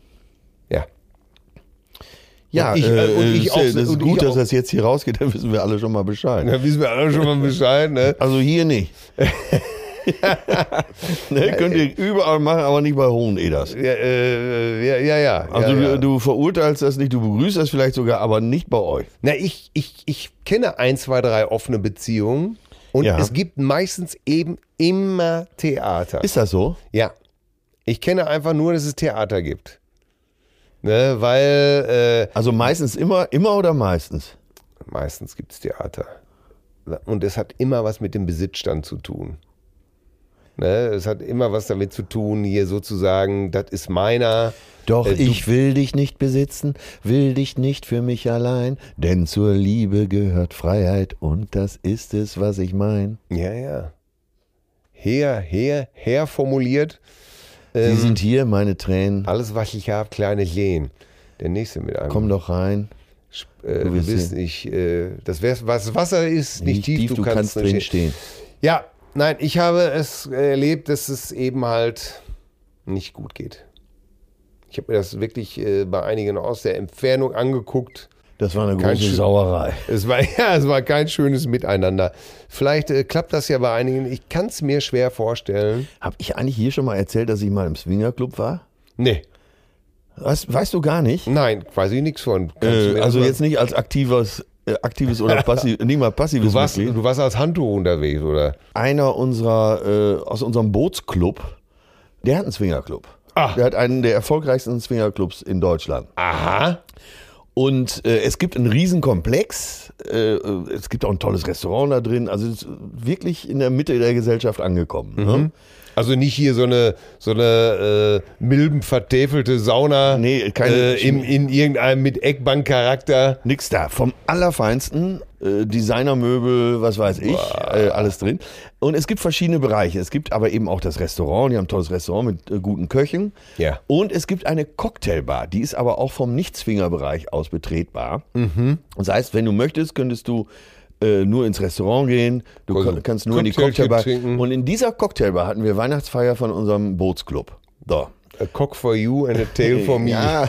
B: Ja.
A: Ja,
B: Und ich, äh, und ich
A: ist,
B: auch-
A: ja- das ist
B: und ich
A: gut, dass
B: auch-
A: das jetzt hier rausgeht, dann wissen wir alle schon mal Bescheid.
B: Da wissen wir alle schon mal Bescheid, ne?
A: Also hier nicht. ne, könnt ihr überall machen, aber nicht bei Hoheneders.
B: Ja, äh, ja, ja, ja.
A: Also
B: ja, ja.
A: Du, du verurteilst das nicht, du begrüßt das vielleicht sogar, aber nicht bei euch.
B: Na, ich, ich, ich kenne ein, zwei, drei offene Beziehungen und
A: Ja.
B: es gibt meistens eben immer Theater.
A: Ist das so?
B: ja. Ich kenne einfach nur, dass es Theater gibt. Ne, weil äh,
A: Also meistens immer, immer oder meistens?
B: meistens gibt es Theater. Und es hat immer was mit dem Besitzstand zu tun. Ne, es hat immer was damit zu tun, hier sozusagen, das ist meiner.
A: Doch,
B: Äh, du-
A: ich will dich nicht besitzen, will dich nicht für mich allein, denn zur Liebe gehört Freiheit und das ist es, was ich mein.
B: Ja, ja. Her, her, her formuliert.
A: Sie sind hier, meine Tränen,
B: Alles, was ich habe, kleine Lehen. Der nächste mit einem.
A: komm doch rein.
B: Sp- äh, du
A: wirst
B: bist
A: sehen.
B: nicht, äh, das wär's, was Wasser ist, nicht, tief, du, kannst,
A: drin
B: nicht
A: stehen.
B: Ja, nein, ich habe es äh, erlebt, dass es eben halt nicht gut geht. Ich habe mir das wirklich äh, bei einigen aus der Entfernung angeguckt.
A: Das war eine
B: Kein
A: große
B: Schü-
A: Sauerei.
B: Es war, ja, es war kein schönes Miteinander. Vielleicht äh, klappt das ja bei einigen. Ich kann es mir schwer vorstellen.
A: Hab ich eigentlich hier schon mal erzählt, dass ich mal im Swingerclub war?
B: Nee,
A: Was, weißt du gar nicht?
B: nein, quasi nichts von. Kannst du
A: Äh, also
B: mir das mal-
A: jetzt nicht als aktives, äh, aktives oder passiv, nicht mal passives
B: Du warst,
A: Mitglied.
B: du warst als Handtuch unterwegs, oder?
A: einer unserer äh, aus unserem Bootsclub, der hat einen Swingerclub.
B: Ah.
A: Der hat einen der erfolgreichsten Swingerclubs in Deutschland.
B: Aha.
A: Und äh, es gibt einen riesen Komplex. Äh, es gibt auch ein tolles Restaurant da drin. Also es ist wirklich in der Mitte der Gesellschaft angekommen. Ne?
B: Also nicht hier so eine, so eine äh, milbenvertäfelte Sauna
A: Nee, keine-
B: äh, im, in irgendeinem mit Eckbank-Charakter.
A: Nix da. Vom Allerfeinsten. Äh, Designermöbel, was weiß ich, äh, alles drin. Und es gibt verschiedene Bereiche. Es gibt aber eben auch das Restaurant. Die haben ein tolles Restaurant mit äh, guten Köchen.
B: Ja.
A: Und es gibt eine Cocktailbar. Die ist aber auch vom Nichtzwingerbereich aus betretbar.
B: Mhm.
A: Das heißt, wenn du möchtest, könntest du äh, nur ins Restaurant gehen. Du
B: Also
A: kon- kannst nur in die
B: Cocktailchen
A: Cocktailbar.
B: trinken.
A: Und in dieser Cocktailbar hatten wir Weihnachtsfeier von unserem Bootsclub. So.
B: A cock for you and a tail for me.
A: Ja,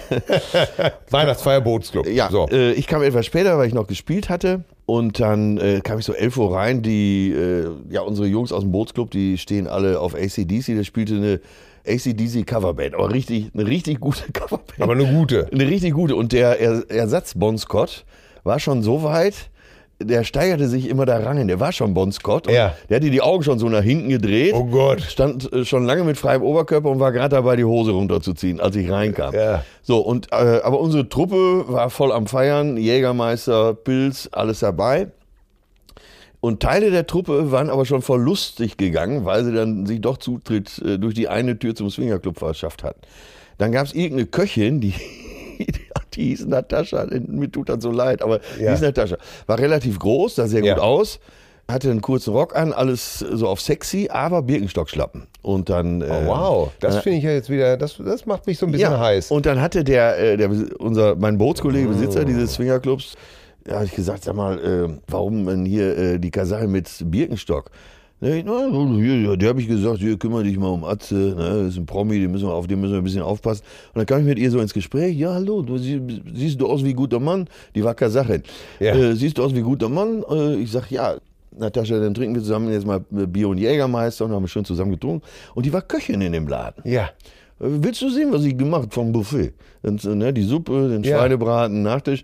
B: Weihnachtsfeierbootsclub.
A: Ja,
B: So.
A: äh, ich kam etwas später, weil ich noch gespielt hatte. Und dann äh, kam ich so 11 Uhr rein. Die, äh, ja, unsere Jungs aus dem Bootsclub, die stehen alle auf ACDC. Da spielte eine ACDC Coverband. Aber richtig, eine richtig gute Coverband.
B: Aber eine gute.
A: Eine richtig gute. Und der er Ersatz Bon Scott war schon so weit, der steigerte sich immer da rein. Der war schon Bon Scott. Und
B: Ja.
A: Der hatte die Augen schon so nach hinten gedreht.
B: Oh Gott.
A: Stand äh, schon lange mit freiem Oberkörper und war gerade dabei, die Hose runterzuziehen, als ich reinkam.
B: Ja.
A: So, und, äh, aber unsere Truppe war voll am Feiern. Jägermeister, Pilz, alles dabei. Und Teile der Truppe waren aber schon vor lustig gegangen, weil sie dann sich doch Zutritt äh, durch die eine Tür zum Swingerclub verschafft hatten. Dann gab es irgendeine Köchin, die, die hieß Natascha, mir tut das so leid, aber die
B: Ja.
A: hieß Natascha. War relativ groß, sah sehr
B: Ja.
A: gut aus, hatte einen kurzen Rock an, alles so auf sexy, aber Birkenstockschlappen. Und dann. äh,
B: Oh, wow, das finde ich ja jetzt wieder, das, das macht mich so ein bisschen heiß.
A: Und dann hatte der, äh, der Bes- unser, mein Bootskollege, Besitzer
B: Oh.
A: dieses Swingerclubs, da habe ich gesagt, sag mal, äh, warum denn hier äh, die Kasal mit Birkenstock? Ne, ich, na, so, hier, ja, der habe ich gesagt, hier kümmere dich mal um Atze, ne, das ist ein Promi, den müssen wir, auf den müssen wir ein bisschen aufpassen. Und dann kam ich mit ihr so ins Gespräch, ja hallo, du sie, siehst du aus wie guter Mann, die war Kasachin.
B: Ja.
A: Äh, siehst du aus wie guter Mann? Äh, ich sag ja, Natascha, dann trinken wir zusammen jetzt mal äh, Bier und Jägermeister und haben schön zusammen getrunken. Und die war Köchin in dem Laden.
B: ja.
A: Äh, Willst du sehen, was ich gemacht vom Buffet? Und, äh, ne, die Suppe, den
B: Ja. Mm.
A: Schweinebraten, Nachtisch.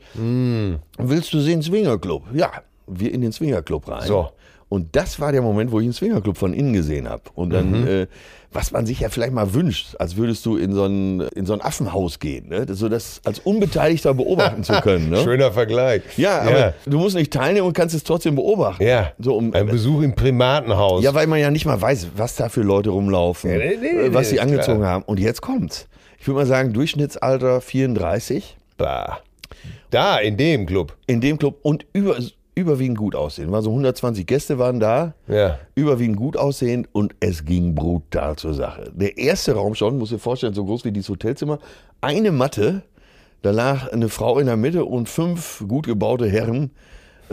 A: Willst du sehen Swingerclub? Ja, wir in den Swingerclub rein.
B: So.
A: Und das war der Moment, wo ich einen Swingerclub von innen gesehen habe. Und dann,
B: Mhm.
A: äh, was man sich ja vielleicht mal wünscht, als würdest du in so ein, in so ein Affenhaus gehen, ne? so das als Unbeteiligter beobachten zu können. Ne?
B: Schöner Vergleich.
A: Ja, aber
B: ja.
A: du musst nicht teilnehmen und kannst es trotzdem beobachten.
B: ja.
A: So, um,
B: ein Besuch im Primatenhaus.
A: ja, weil man ja nicht mal weiß, was da für Leute rumlaufen,
B: Ja, nee, nee,
A: äh, was
B: nee,
A: sie
B: ist
A: angezogen
B: klar.
A: haben. Und jetzt kommt's. Ich würde mal sagen, Durchschnittsalter 34.
B: Bah. Da, in dem Club.
A: In dem Club und über, überwiegend gut aussehen. War so 120 Gäste waren da.
B: Ja.
A: Überwiegend gut aussehend und es ging brutal zur Sache. Der erste Raum schon, muss dir vorstellen, so groß wie dieses Hotelzimmer. Eine Matte, danach eine Frau in der Mitte und fünf gut gebaute Herren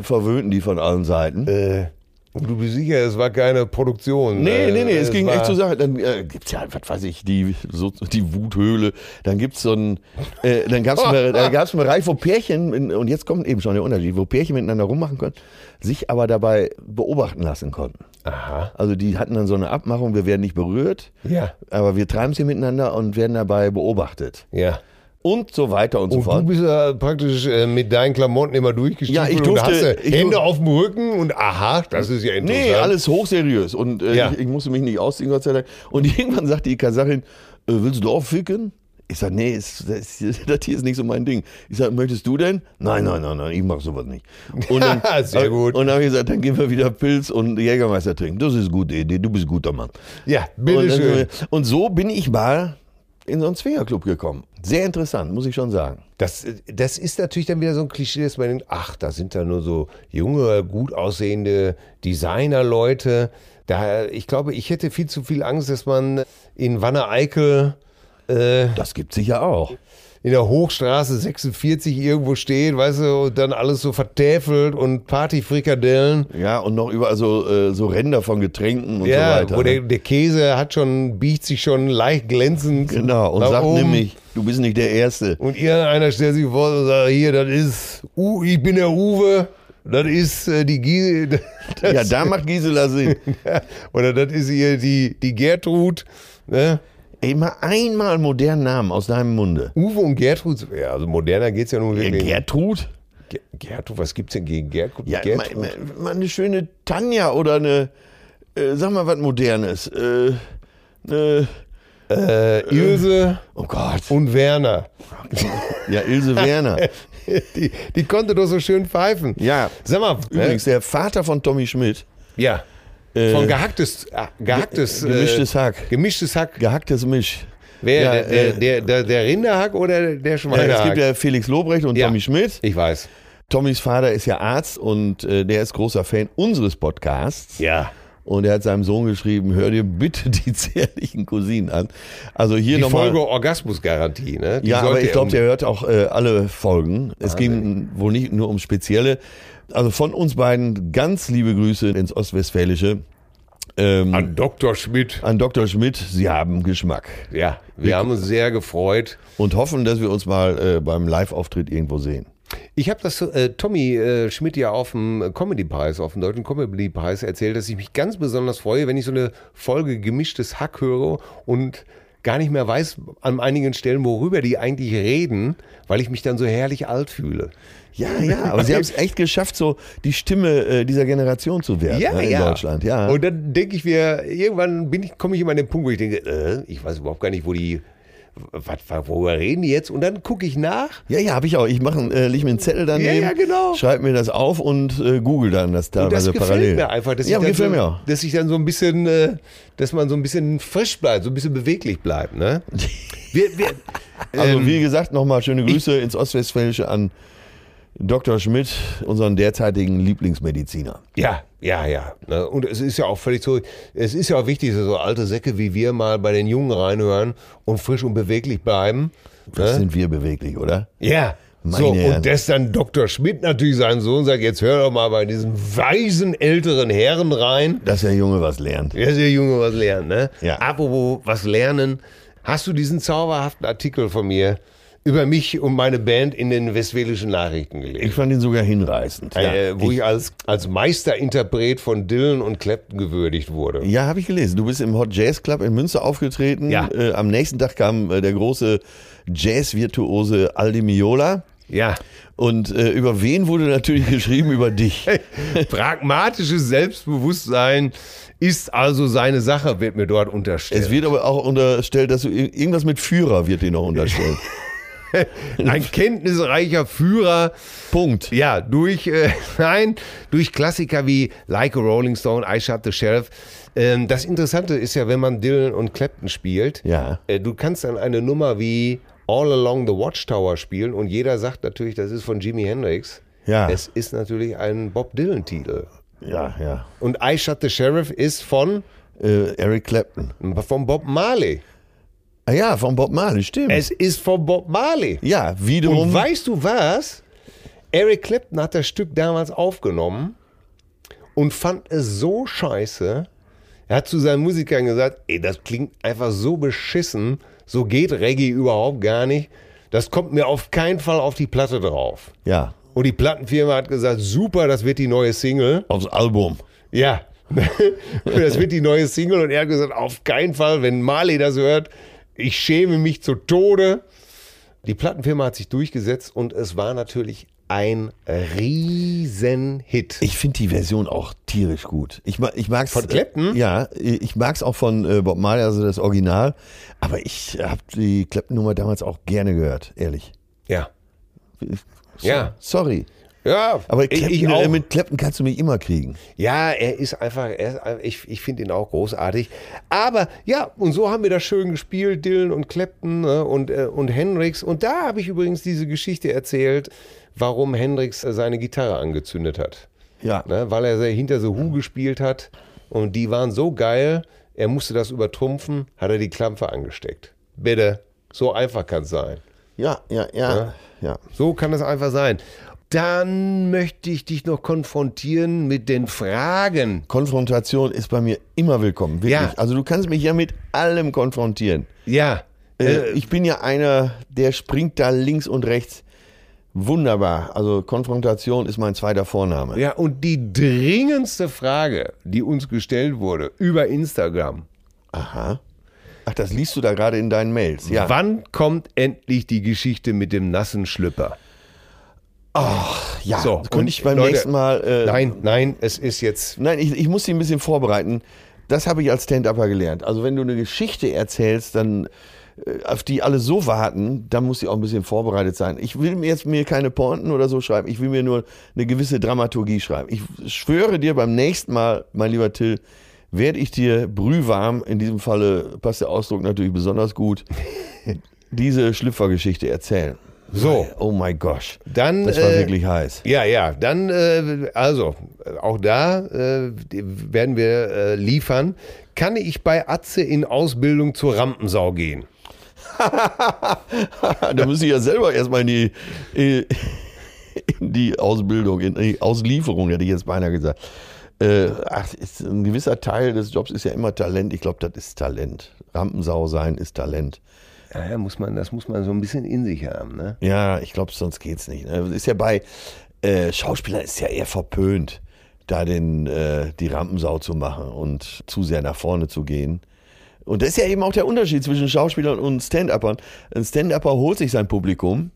A: verwöhnten die von allen Seiten.
B: Und du bist sicher, es war keine Produktion.
A: Nee,
B: Äh,
A: nee, nee, es ging
B: war-
A: echt zur Sache. Dann äh, gibt's ja, was weiß ich, die, so, die Wuthöhle. Dann gibt's so ein, äh, dann gab's einen, da gab's einen Bereich, wo Pärchen, in, und jetzt kommt eben schon der Unterschied, wo Pärchen miteinander rummachen konnten, sich aber dabei beobachten lassen konnten.
B: Aha.
A: Also die hatten dann so eine Abmachung, wir werden nicht berührt,
B: Ja.
A: aber wir treiben sie miteinander und werden dabei beobachtet.
B: Ja.
A: Und so weiter und so
B: Und
A: fort.
B: Oh, du bist ja praktisch äh, mit deinen Klamotten immer durchgestiegen.
A: Ja, ich
B: und
A: durfte-
B: hast du
A: ich
B: Hände
A: durfte-
B: auf dem Rücken und aha, das ist ja interessant.
A: Nee, alles hochseriös. Und äh,
B: Ja.
A: ich, ich musste mich nicht ausziehen, Gott sei Dank. Und irgendwann sagte die Kasachin, äh, willst du auch ficken? Ich sag, nee, ist, das, das hier ist nicht so mein Ding. Ich sag, möchtest du denn? Nein, nein, nein, nein, ich mach sowas nicht. Und dann,
B: Sehr gut.
A: Und dann habe ich gesagt, dann gehen wir wieder Pilz und Jägermeister trinken. Das ist eine gute Idee, du bist ein guter Mann.
B: Ja,
A: und, dann-
B: bitteschön.
A: und so bin ich mal in so einen Zwingerclub gekommen. Sehr interessant, muss ich schon sagen.
B: Das, das ist natürlich dann wieder so ein Klischee, dass man denkt, ach, da sind da nur so junge, gut aussehende Designerleute. Da, ich glaube, ich hätte viel zu viel Angst, dass man in Wanne-Eickel äh,
A: Das gibt's sicher auch.
B: in der Hochstraße 46 irgendwo steht, weißt du, und dann alles so vertäfelt und Partyfrikadellen.
A: Ja, und noch überall so, äh, so Ränder von Getränken und
B: Ja,
A: so weiter.
B: wo
A: ne?
B: der, der Käse hat schon, biegt sich schon leicht glänzend.
A: Genau, und
B: nach
A: sagt
B: oben.
A: nämlich, du bist nicht der Erste.
B: Und irgendeiner stellt sich vor und sagt, hier, das ist, U ich bin der Uwe, das ist äh, die Gisela,
A: ja, da macht Gisela Sinn.
B: oder das ist hier die, die Gertrud, ne?
A: Ey, mal einmal einen modernen Namen aus deinem Munde.
B: Uwe und Gertrud, ja, also moderner geht's ja nun wirklich.
A: Gertrud?
B: Ger- Gertrud, was gibt's denn gegen Gertrud?
A: Ja, mal,
B: Gertrud?
A: mal, mal eine schöne Tanja oder eine, äh, sag mal was Modernes. Äh, äh,
B: äh, Ilse
A: oh Gott.
B: und Werner.
A: Ja, Ilse Werner.
B: die, die konnte doch so schön pfeifen.
A: Ja.
B: Sag mal,
A: Übrigens,
B: ne?
A: der Vater von Tommy Schmidt,
B: ja. Von gehacktes, ah, gehacktes, äh,
A: Ge- gemischtes Hack.
B: Gemischtes Hack.
A: gehacktes Misch.
B: Wer,
A: Ja,
B: der, der,
A: äh,
B: der, der, der Rinderhack oder der
A: Äh, es
B: Schweinehack?
A: gibt ja Felix Lobrecht und
B: Ja.
A: Tommy Schmidt.
B: ich weiß.
A: Tommys Vater ist ja Arzt und äh, der ist großer Fan unseres Podcasts.
B: Ja.
A: Und er hat seinem Sohn geschrieben, hör dir bitte die zärtlichen Cousinen an. Also hier
B: Die
A: nochmal.
B: Folge Orgasmusgarantie, ne? Die
A: Ja,
B: sollte
A: aber ich
B: er
A: glaube, der hört auch äh, alle Folgen. Es ging wohl nicht nur ums Spezielle. Also von uns beiden ganz liebe Grüße ins Ostwestfälische ähm, an,
B: An Dr. Schmidt.
A: Dr. Schmidt. Sie haben Geschmack
B: Ja, wir haben uns sehr gefreut.
A: und hoffen, dass wir uns mal äh, beim Live-Auftritt irgendwo sehen.
B: Ich habe das äh, Tommy äh, Schmidt ja auf dem Comedy-Preis, auf dem deutschen Comedy-Preis erzählt, dass ich mich ganz besonders freue, wenn ich so eine Folge gemischtes Hack höre und gar nicht mehr weiß an einigen Stellen, worüber die eigentlich reden, weil ich mich dann so herrlich alt fühle.
A: Ja, ja, aber sie haben es echt geschafft, so die Stimme äh, dieser Generation zu werden ne, in Deutschland. Ja.
B: Und dann denke ich mir, irgendwann bin ich, komme ich immer an den Punkt, wo ich denke, äh, ich weiß überhaupt gar nicht, wo die, was, worüber reden die jetzt? Und dann gucke ich nach
A: ja, ja, habe ich auch. Ich mache, äh, leg mir einen Zettel daneben,
B: ja, genau.
A: schreibe mir das auf und äh, google dann das
B: Und das
A: teilweise
B: gefällt
A: also parallel.
B: mir einfach, dass,
A: ja,
B: ich dann
A: gefällt
B: so,
A: mir auch.
B: dass ich dann so ein bisschen, äh, dass man so ein bisschen frisch bleibt, so ein bisschen beweglich bleibt. Ne? Wir, wir,
A: Also
B: ähm,
A: wie gesagt, nochmal schöne Grüße ins Ostwestfälische an Dr. Schmidt, unseren derzeitigen Lieblingsmediziner.
B: ja, ja, ja. Ne? Und es ist ja auch völlig so, es ist ja auch wichtig, dass so alte Säcke wie wir mal bei den Jungen reinhören und frisch und beweglich bleiben.
A: Das sind wir beweglich, oder?
B: Ja.
A: Meine
B: so,
A: Herren.
B: und dass dann Dr. Schmidt natürlich seinen Sohn sagt, jetzt hör doch mal bei diesen weisen älteren Herren rein.
A: Dass der Junge was lernt.
B: Ja, der Junge was lernen, ne?
A: Ja.
B: Apropos was lernen. Hast du diesen zauberhaften Artikel von mir über mich und meine Band in den westfälischen Nachrichten gelesen?
A: Ich fand ihn sogar hinreißend.
B: äh, wo ich, als, als Meisterinterpret von Dylan und Clapton gewürdigt wurde.
A: Ja, habe ich gelesen. Du bist im Hot Jazz Club in Münster aufgetreten.
B: Ja.
A: Äh, am nächsten Tag kam äh, der große Jazz-Virtuose Aldi Miola.
B: Ja.
A: Und äh, über wen wurde natürlich geschrieben? Über dich.
B: Pragmatisches Selbstbewusstsein ist also seine Sache, wird mir dort
A: Es
B: unterstellt.
A: wird aber auch unterstellt, dass du ir- irgendwas mit Führer wird dir noch unterstellt.
B: Ein kenntnisreicher Führer
A: Punkt.
B: Ja, durch, äh, nein, durch Klassiker wie Like a Rolling Stone, I Shot the Sheriff. Ähm, das Interessante ist ja, wenn man Dylan und Clapton spielt,
A: Ja.
B: äh, du kannst dann eine Nummer wie All Along the Watchtower spielen und jeder sagt natürlich, das ist von Jimi Hendrix.
A: Ja.
B: Es ist natürlich ein Bob Dylan-Titel.
A: Ja, ja.
B: Und I Shot the Sheriff ist von,
A: Äh, Eric Clapton.
B: von Bob Marley.
A: Ah ja, von Bob Marley, stimmt.
B: Es ist von Bob Marley.
A: ja,
B: Und
A: wiederum.
B: weißt du was? Eric Clapton hat das Stück damals aufgenommen und fand es so scheiße. Er hat zu seinen Musikern gesagt, ey, das klingt einfach so beschissen, so geht Reggae überhaupt gar nicht. Das kommt mir auf keinen Fall auf die Platte drauf.
A: Ja,
B: Und die Plattenfirma hat gesagt, super, das wird die neue Single.
A: aufs Album.
B: Ja, das wird die neue Single. Und er hat gesagt, auf keinen Fall, wenn Marley das hört, ich schäme mich zu Tode. Die Plattenfirma hat sich durchgesetzt und es war natürlich ein Riesenhit.
A: Ich finde die Version auch tierisch gut. Ich, ma- ich mag's,
B: Von Clapton?
A: Äh, ja, ich mag's auch von äh, Bob Marley, also das Original. Aber ich habe die Clapton-Nummer damals auch gerne gehört, ehrlich.
B: Ja.
A: So-
B: Ja.
A: Sorry.
B: Ja,
A: Aber
B: ich,
A: Clapton,
B: ich
A: Äh,
B: auch.
A: mit Clapton kannst du mich immer kriegen.
B: Ja, er ist einfach, er ist, ein- ich, ich finde ihn auch großartig. Aber ja, und so haben wir das schön gespielt, Dylan und Clapton ne, und, äh, und Hendrix. Und da habe ich übrigens diese Geschichte erzählt, warum Hendrix äh, seine Gitarre angezündet hat.
A: Ja.
B: ne, weil er sehr hinter so Hu gespielt hat und die waren so geil, er musste das übertrumpfen, hat er die Klampfe angesteckt. Bitte, so einfach kann es sein.
A: Ja, ja, ja. ja.
B: So kann es einfach sein. Dann möchte ich dich noch konfrontieren mit den Fragen.
A: Konfrontation ist bei mir immer willkommen, wirklich.
B: Ja.
A: Also du kannst mich ja mit allem konfrontieren.
B: Ja,
A: Äh, ich bin ja einer, der springt da links und rechts. Wunderbar. Also Konfrontation ist mein zweiter Vorname.
B: ja, und die dringendste Frage, die uns gestellt wurde über Instagram.
A: Aha. Ach, das liest du da gerade in deinen Mails. Ja.
B: Wann kommt endlich die Geschichte mit dem nassen Schlüpper?
A: ja.
B: So, und
A: könnte ich beim
B: Leute,
A: nächsten Mal. Äh,
B: Nein, nein, es ist jetzt
A: nein, ich, ich muss sie ein bisschen vorbereiten. Das habe ich als Stand-Upper gelernt. Also wenn du eine Geschichte erzählst, dann äh, auf die alle so warten, dann muss sie auch ein bisschen vorbereitet sein. Ich will mir jetzt mir keine Pointen oder so schreiben. Ich will mir nur eine gewisse Dramaturgie schreiben. Ich schwöre dir beim nächsten Mal, mein lieber Till, werde ich dir brühwarm, in diesem Falle passt der Ausdruck natürlich besonders gut, diese Schlüpfergeschichte erzählen.
B: So.
A: Oh my gosh.
B: Dann,
A: Das war
B: äh,
A: wirklich heiß.
B: Ja, ja, dann, äh, also, äh, auch da äh, die werden wir äh, liefern. Kann ich bei Atze in Ausbildung zur Rampensau gehen?
A: da muss ich ja selber erstmal in die, äh, in die Ausbildung, in die Auslieferung, hätte ich jetzt beinahe gesagt. Äh, ach, ist ein gewisser Teil des Jobs ist ja immer Talent. Ich glaube, das ist Talent. Rampensau sein ist Talent.
B: Ja, ja, muss man, das muss man so ein bisschen in sich haben, ne?
A: Ja, ich glaube, sonst geht's nicht. ne? Ist ja bei äh, Schauspielern ist ja eher verpönt, da den, äh, die Rampensau zu machen und zu sehr nach vorne zu gehen. Und das ist ja eben auch der Unterschied zwischen Schauspielern und Stand-Uppern. Ein Stand-Upper holt sich sein Publikum,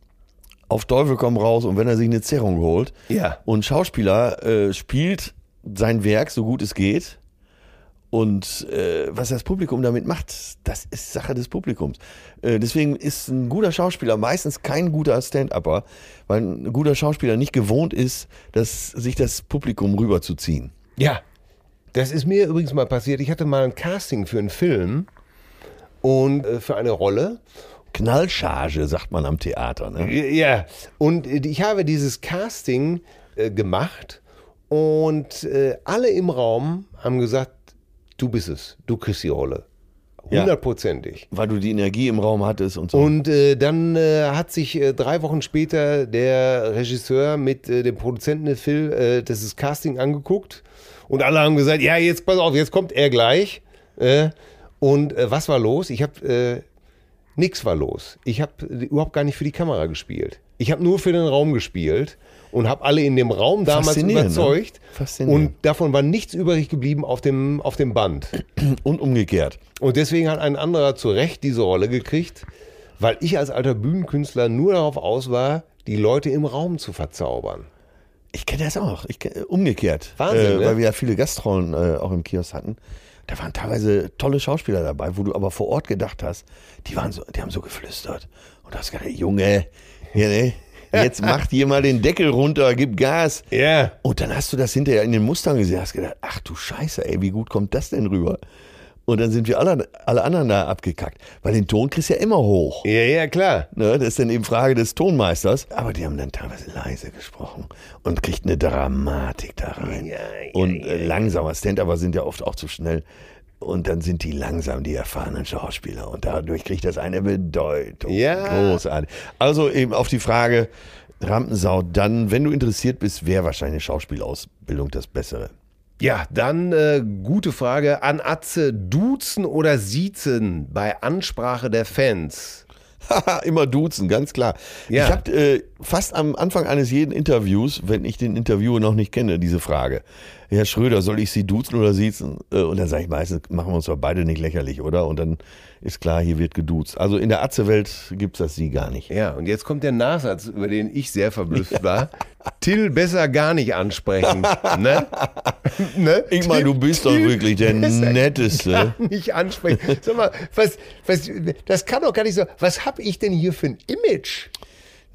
A: auf Teufel komm raus und wenn er sich eine Zerrung holt.
B: Ja.
A: Und Schauspieler äh, spielt sein Werk so gut es geht. Und äh, was das Publikum damit macht, das ist Sache des Publikums. Äh, deswegen ist ein guter Schauspieler meistens kein guter Stand-Upper, weil ein guter Schauspieler nicht gewohnt ist, dass, sich das Publikum rüberzuziehen.
B: Ja. Das ist mir übrigens mal passiert. Ich hatte mal ein Casting für einen Film und äh, für eine Rolle.
A: Knallcharge, sagt man am Theater. Ne?
B: Ja, und äh, ich habe dieses Casting äh, gemacht und äh, alle im Raum haben gesagt, du bist es, du kriegst die Rolle.
A: Ja.
B: Hundertprozentig.
A: Weil du die Energie im Raum hattest und so.
B: Und äh, dann äh, hat sich äh, drei Wochen später der Regisseur mit äh, dem Produzenten äh, Phil äh, das ist Casting angeguckt und alle haben gesagt, ja, jetzt pass auf, jetzt kommt er gleich. Äh, und äh, was war los? Ich habe äh, nix war los. Ich habe äh, überhaupt gar nicht für die Kamera gespielt. Ich habe nur für den Raum gespielt und habe alle in dem Raum damals
A: Faszinierend, ne?
B: überzeugt.
A: Faszinierend.
B: Und davon war nichts übrig geblieben auf dem, auf dem Band.
A: und umgekehrt.
B: Und deswegen hat ein anderer zu Recht diese Rolle gekriegt, weil ich als alter Bühnenkünstler nur darauf aus war, die Leute im Raum zu verzaubern.
A: Ich kenne das auch. Ich kenn, äh, umgekehrt.
B: Wahnsinn,
A: äh,
B: ne?
A: Weil wir ja viele Gastrollen äh, auch im Kiosk hatten. Da waren teilweise tolle Schauspieler dabei, wo du aber vor Ort gedacht hast, die, waren so, die haben so geflüstert. Und du hast gedacht, Junge, ja, ne? jetzt macht hier mal den Deckel runter, gib Gas.
B: Ja.
A: Und dann hast du das hinterher in den Mustern gesehen, hast gedacht, ach du Scheiße, ey, wie gut kommt das denn rüber? Und dann sind wir alle, alle anderen da abgekackt. Weil den Ton kriegst du ja immer hoch.
B: Ja, ja, klar.
A: Ne, das ist dann eben Frage des Tonmeisters. Aber die haben dann teilweise leise gesprochen und kriegt eine Dramatik da rein. und äh, langsamer Stand-Upper sind ja oft auch zu schnell. Und dann sind die langsam die erfahrenen Schauspieler. Und dadurch kriegt das eine Bedeutung.
B: Ja.
A: Großartig. Also eben auf die Frage, Rampensau, dann, wenn du interessiert bist, wäre wahrscheinlich eine Schauspielausbildung das Bessere.
B: Ja, dann äh, gute Frage an Atze. Duzen oder siezen bei Ansprache der Fans?
A: Haha, immer duzen, ganz klar.
B: Ja.
A: Ich habe äh, fast am Anfang eines jeden Interviews, wenn ich den Interviewer noch nicht kenne, diese Frage. Herr Schröder, soll ich Sie duzen oder siezen? Äh, Und dann sage ich meistens, machen wir uns doch beide nicht lächerlich, oder? Und dann ist klar, hier wird geduzt. Also in der Atze-Welt gibt's das Sie gar nicht.
B: Ja, und jetzt kommt der Nachsatz, über den ich sehr verblüfft war. Till besser gar nicht ansprechen. ne? ne?
A: Ich meine, du bist doch wirklich der Netteste.
B: nicht ansprechen. Sag mal, was, was, das kann doch gar nicht so. Was habe ich denn hier für ein Image?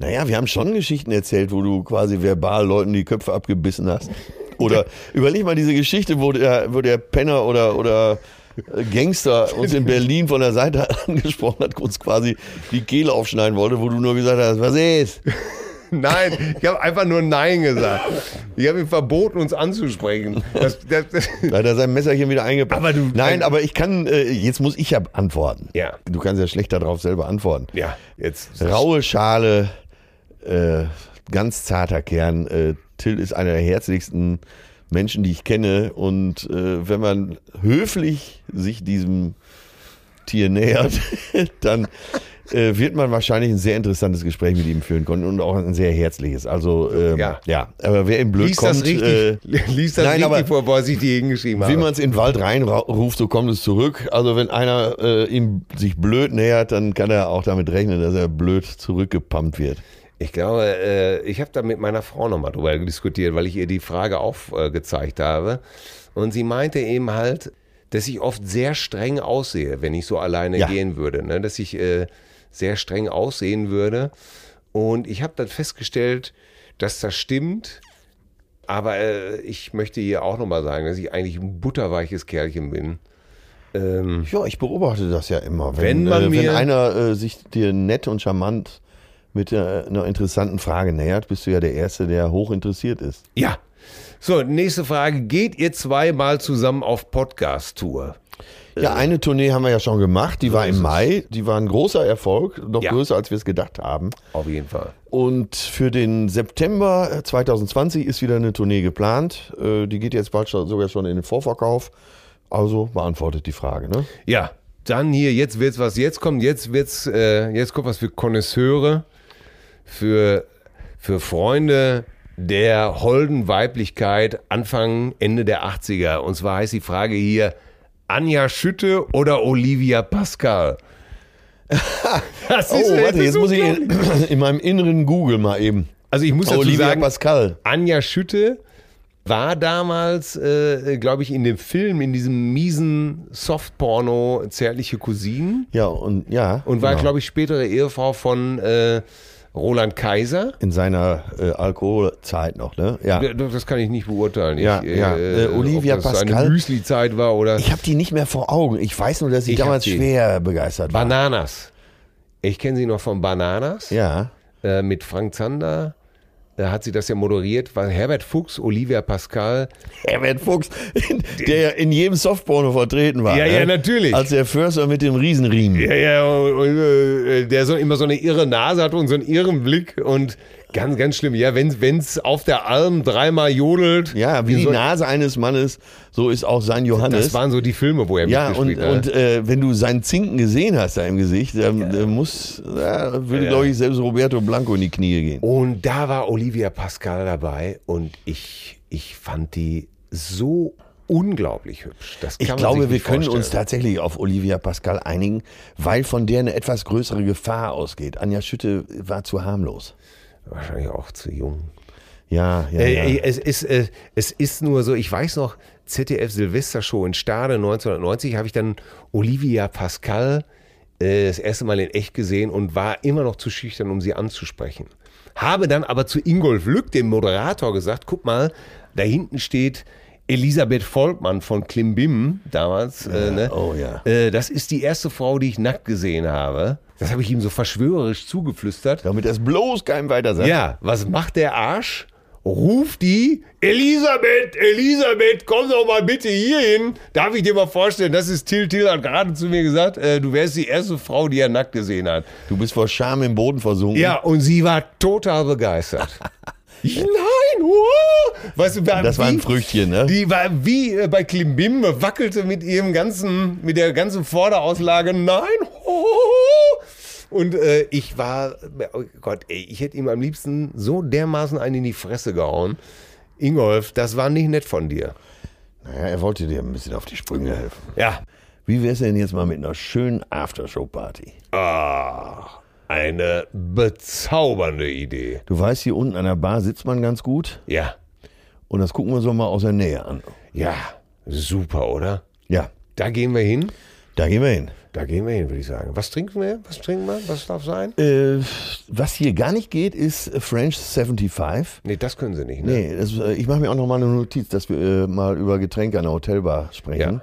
A: Naja, wir haben schon Geschichten erzählt, wo du quasi verbal Leuten die Köpfe abgebissen hast. Oder überleg mal diese Geschichte, wo der, wo der Penner oder, oder äh, Gangster uns in Berlin von der Seite angesprochen hat, uns quasi die Kehle aufschneiden wollte, wo du nur gesagt hast, was ist?
B: Nein, ich habe einfach nur Nein gesagt. Ich habe ihm verboten, uns anzusprechen. Das, das, das,
A: Da hat er sein Messerchen wieder eingepackt.
B: Aber du-
A: Nein, aber ich kann, äh, jetzt muss ich ja antworten.
B: Ja.
A: Du kannst ja schlecht darauf selber antworten.
B: ja, jetzt.
A: Raue Schale, äh, ganz zarter Kern. Äh, Till ist einer der herzlichsten Menschen, die ich kenne. Und äh, wenn man höflich sich diesem Tier nähert, dann äh, wird man wahrscheinlich ein sehr interessantes Gespräch mit ihm führen können und auch ein sehr herzliches. Also ähm, ja.
B: Ja.
A: aber wer ihm blöd
B: Lies
A: kommt,
B: das richtig,
A: äh,
B: lies das
A: nein, aber
B: richtig vor, was ich dir hingeschrieben
A: wie
B: habe.
A: man es in den Wald reinruft, so kommt es zurück. Also wenn einer äh, ihm sich blöd nähert, dann kann er auch damit rechnen, dass er blöd zurückgepumpt wird.
B: Ich glaube, äh, ich habe da mit meiner Frau nochmal drüber diskutiert, weil ich ihr die Frage aufgezeigt äh, gezeigt habe. Und sie meinte eben halt, dass ich oft sehr streng aussehe, wenn ich so alleine
A: Ja.
B: gehen würde. Ne? Dass ich äh, sehr streng aussehen würde. Und ich habe dann festgestellt, dass das stimmt. Aber äh, ich möchte hier auch nochmal sagen, dass ich eigentlich ein butterweiches Kerlchen bin.
A: Ja, ich beobachte das ja immer. Wenn,
B: Wenn man
A: äh, wenn
B: mir-
A: einer äh, sich dir nett und charmant mit äh, einer interessanten Frage nähert, bist du ja der Erste, der hochinteressiert ist.
B: Ja. So, nächste Frage. Geht ihr zweimal zusammen auf Podcast-Tour?
A: Ja, eine Tournee haben wir ja schon gemacht, die war im Mai, die war ein großer Erfolg, noch
B: Ja.
A: größer, als wir es gedacht haben.
B: Auf jeden Fall.
A: Und für den September 2020 ist wieder eine Tournee geplant. Äh, Die geht jetzt bald schon- sogar schon in den Vorverkauf. Also beantwortet die Frage. Ne?
B: Ja, dann hier, jetzt wird's was, jetzt kommt, jetzt wird's, äh, jetzt kommt was für Konnoisseure, für, für Freunde der holden Weiblichkeit Anfang, Ende der 80er. Und zwar heißt die Frage hier, Anja Schütte oder Olivia Pascal? Das ist-
A: Oh,
B: das
A: warte,
B: ist
A: jetzt muss ich
B: unglaublich.
A: in, in meinem inneren Google mal eben.
B: Also ich muss dazu
A: Olivia
B: sagen,
A: Pascal.
B: Anja Schütte war damals, äh, glaube ich, in dem Film, in diesem miesen Softporno Zärtliche Cousinen
A: Ja, und ja.
B: und war,
A: genau.
B: glaube ich, spätere Ehefrau von äh, Roland Kaiser.
A: in seiner äh, Alkoholzeit noch, ne? Ja.
B: D- Das kann ich nicht beurteilen.
A: Ja,
B: ich,
A: ja. Äh, Olivia
B: ob das eine
A: Pascal-
B: Müsli-Zeit war oder
A: Ich habe die nicht mehr vor Augen. Ich weiß nur, dass ich,
B: Ich hab
A: damals
B: die.
A: schwer begeistert war.
B: Bananas. Ich kenne sie noch von Bananas
A: Ja.
B: äh, mit Frank Zander. Da hat sie das ja moderiert. War Herbert Fuchs, Olivia Pascal.
A: Herbert Fuchs, der ja in jedem Softporno vertreten war.
B: Ja,
A: ne?
B: ja, natürlich.
A: Als der Förster mit dem Riesenriemen.
B: Ja, ja, und, und, äh, der so immer so eine irre Nase hat und so einen irren Blick und ganz, ganz schlimm. Ja, wenn wenn's auf der Alm dreimal jodelt.
A: Ja, wie die
B: so,
A: Nase eines Mannes, so ist auch sein Johannes.
B: Das waren so die Filme, wo er
A: ja, und,
B: mitgespielt hat.
A: und äh, wenn du seinen Zinken gesehen hast da im Gesicht, dann äh, muss, ja, Oh, würde, glaube ich, selbst Roberto Blanco in die Knie gehen.
B: Und da war Olivia Pascal dabei und ich, ich fand die so unglaublich hübsch. Das kann
A: Ich
B: man
A: glaube,
B: sich
A: wir
B: nicht
A: können uns
B: vorstellen.
A: tatsächlich auf Olivia Pascal einigen, weil von der eine etwas größere Gefahr ausgeht. Anja Schütte war zu harmlos.
B: wahrscheinlich auch zu jung.
A: Ja, ja, ja.
B: Äh, es, ist, äh, es ist nur so, ich weiß noch, ZDF Silvestershow in Stade 1990 habe ich dann Olivia Pascal äh, das erste Mal in echt gesehen und war immer noch zu schüchtern, um sie anzusprechen. Habe dann aber zu Ingolf Lück, dem Moderator, gesagt, guck mal, da hinten steht Elisabeth Volkmann von Klimbim damals. äh, ne?
A: oh ja.
B: Äh, das ist die erste Frau, die ich nackt gesehen habe. Das habe ich ihm so verschwörerisch zugeflüstert.
A: Damit das bloß keinem weiter sagt.
B: Ja, was macht der Arsch? Ruft die Elisabeth, Elisabeth, komm doch mal bitte hier hin. Darf ich dir mal vorstellen, das ist Till Till hat gerade zu mir gesagt, äh, du wärst die erste Frau, die er nackt gesehen hat.
A: Du bist vor Scham im Boden versunken.
B: Ja, und sie war total begeistert. Ich, Nein, wow. weißt du, war
A: Das war ein Früchtchen, ne?
B: Die war wie äh, bei Klimbim, wackelte mit ihrem ganzen, mit der ganzen Vorderauslage. Nein, oh. Und äh, ich war, oh Gott, ey, ich hätte ihm am liebsten so dermaßen einen in die Fresse gehauen. Ingolf, das war nicht nett von dir.
A: Naja, er wollte dir ein bisschen auf die Sprünge helfen.
B: Ja,
A: Wie wär's denn jetzt mal mit einer schönen Aftershow-Party?
B: Ah, eine bezaubernde Idee.
A: Du weißt, hier unten an der Bar sitzt man ganz gut.
B: Ja,
A: Und das gucken wir uns doch mal aus der Nähe an.
B: ja, super, oder?
A: Ja,
B: Da gehen wir hin.
A: da gehen wir hin.
B: Da gehen wir hin, würde ich sagen. Was trinken wir? Was trinken wir? Was darf sein?
A: Äh, was hier gar nicht geht, ist French 75.
B: Nee, das können sie nicht, ne?
A: Nee, das, äh, ich mache mir auch noch mal eine Notiz, dass wir äh, mal über Getränke an der Hotelbar sprechen.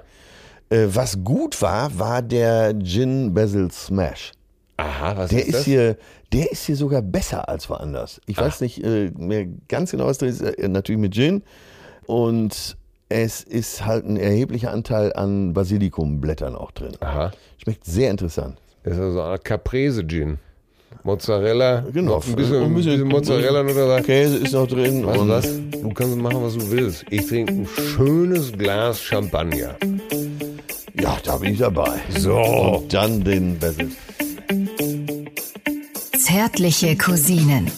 A: Äh, was gut war, war der Gin Basil Smash.
B: Aha, was
A: Der
B: ist, das? Ah.
A: ist hier, der ist hier sogar besser als woanders. Ich weiß nicht äh, mehr ganz genau, was drin ist. Äh, natürlich mit Gin. Und es ist halt ein erheblicher Anteil an Basilikumblättern auch drin.
B: Aha.
A: Schmeckt sehr interessant.
B: Das ist also eine Art Caprese-Gin. Mozzarella.
A: Genau.
B: Noch Ein bisschen, ein bisschen Mozzarella noch dabei.
A: Käse ist noch drin.
B: Weißt du
A: und
B: was? Du kannst machen, was du willst. Ich trinke ein schönes Glas Champagner.
A: Ja, da bin ich dabei.
B: So.
A: Und dann den Basil.
C: Zärtliche Cousinen.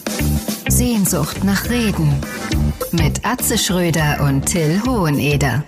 C: Sehnsucht nach Reden. Mit Atze Schröder und Till Hoheneder.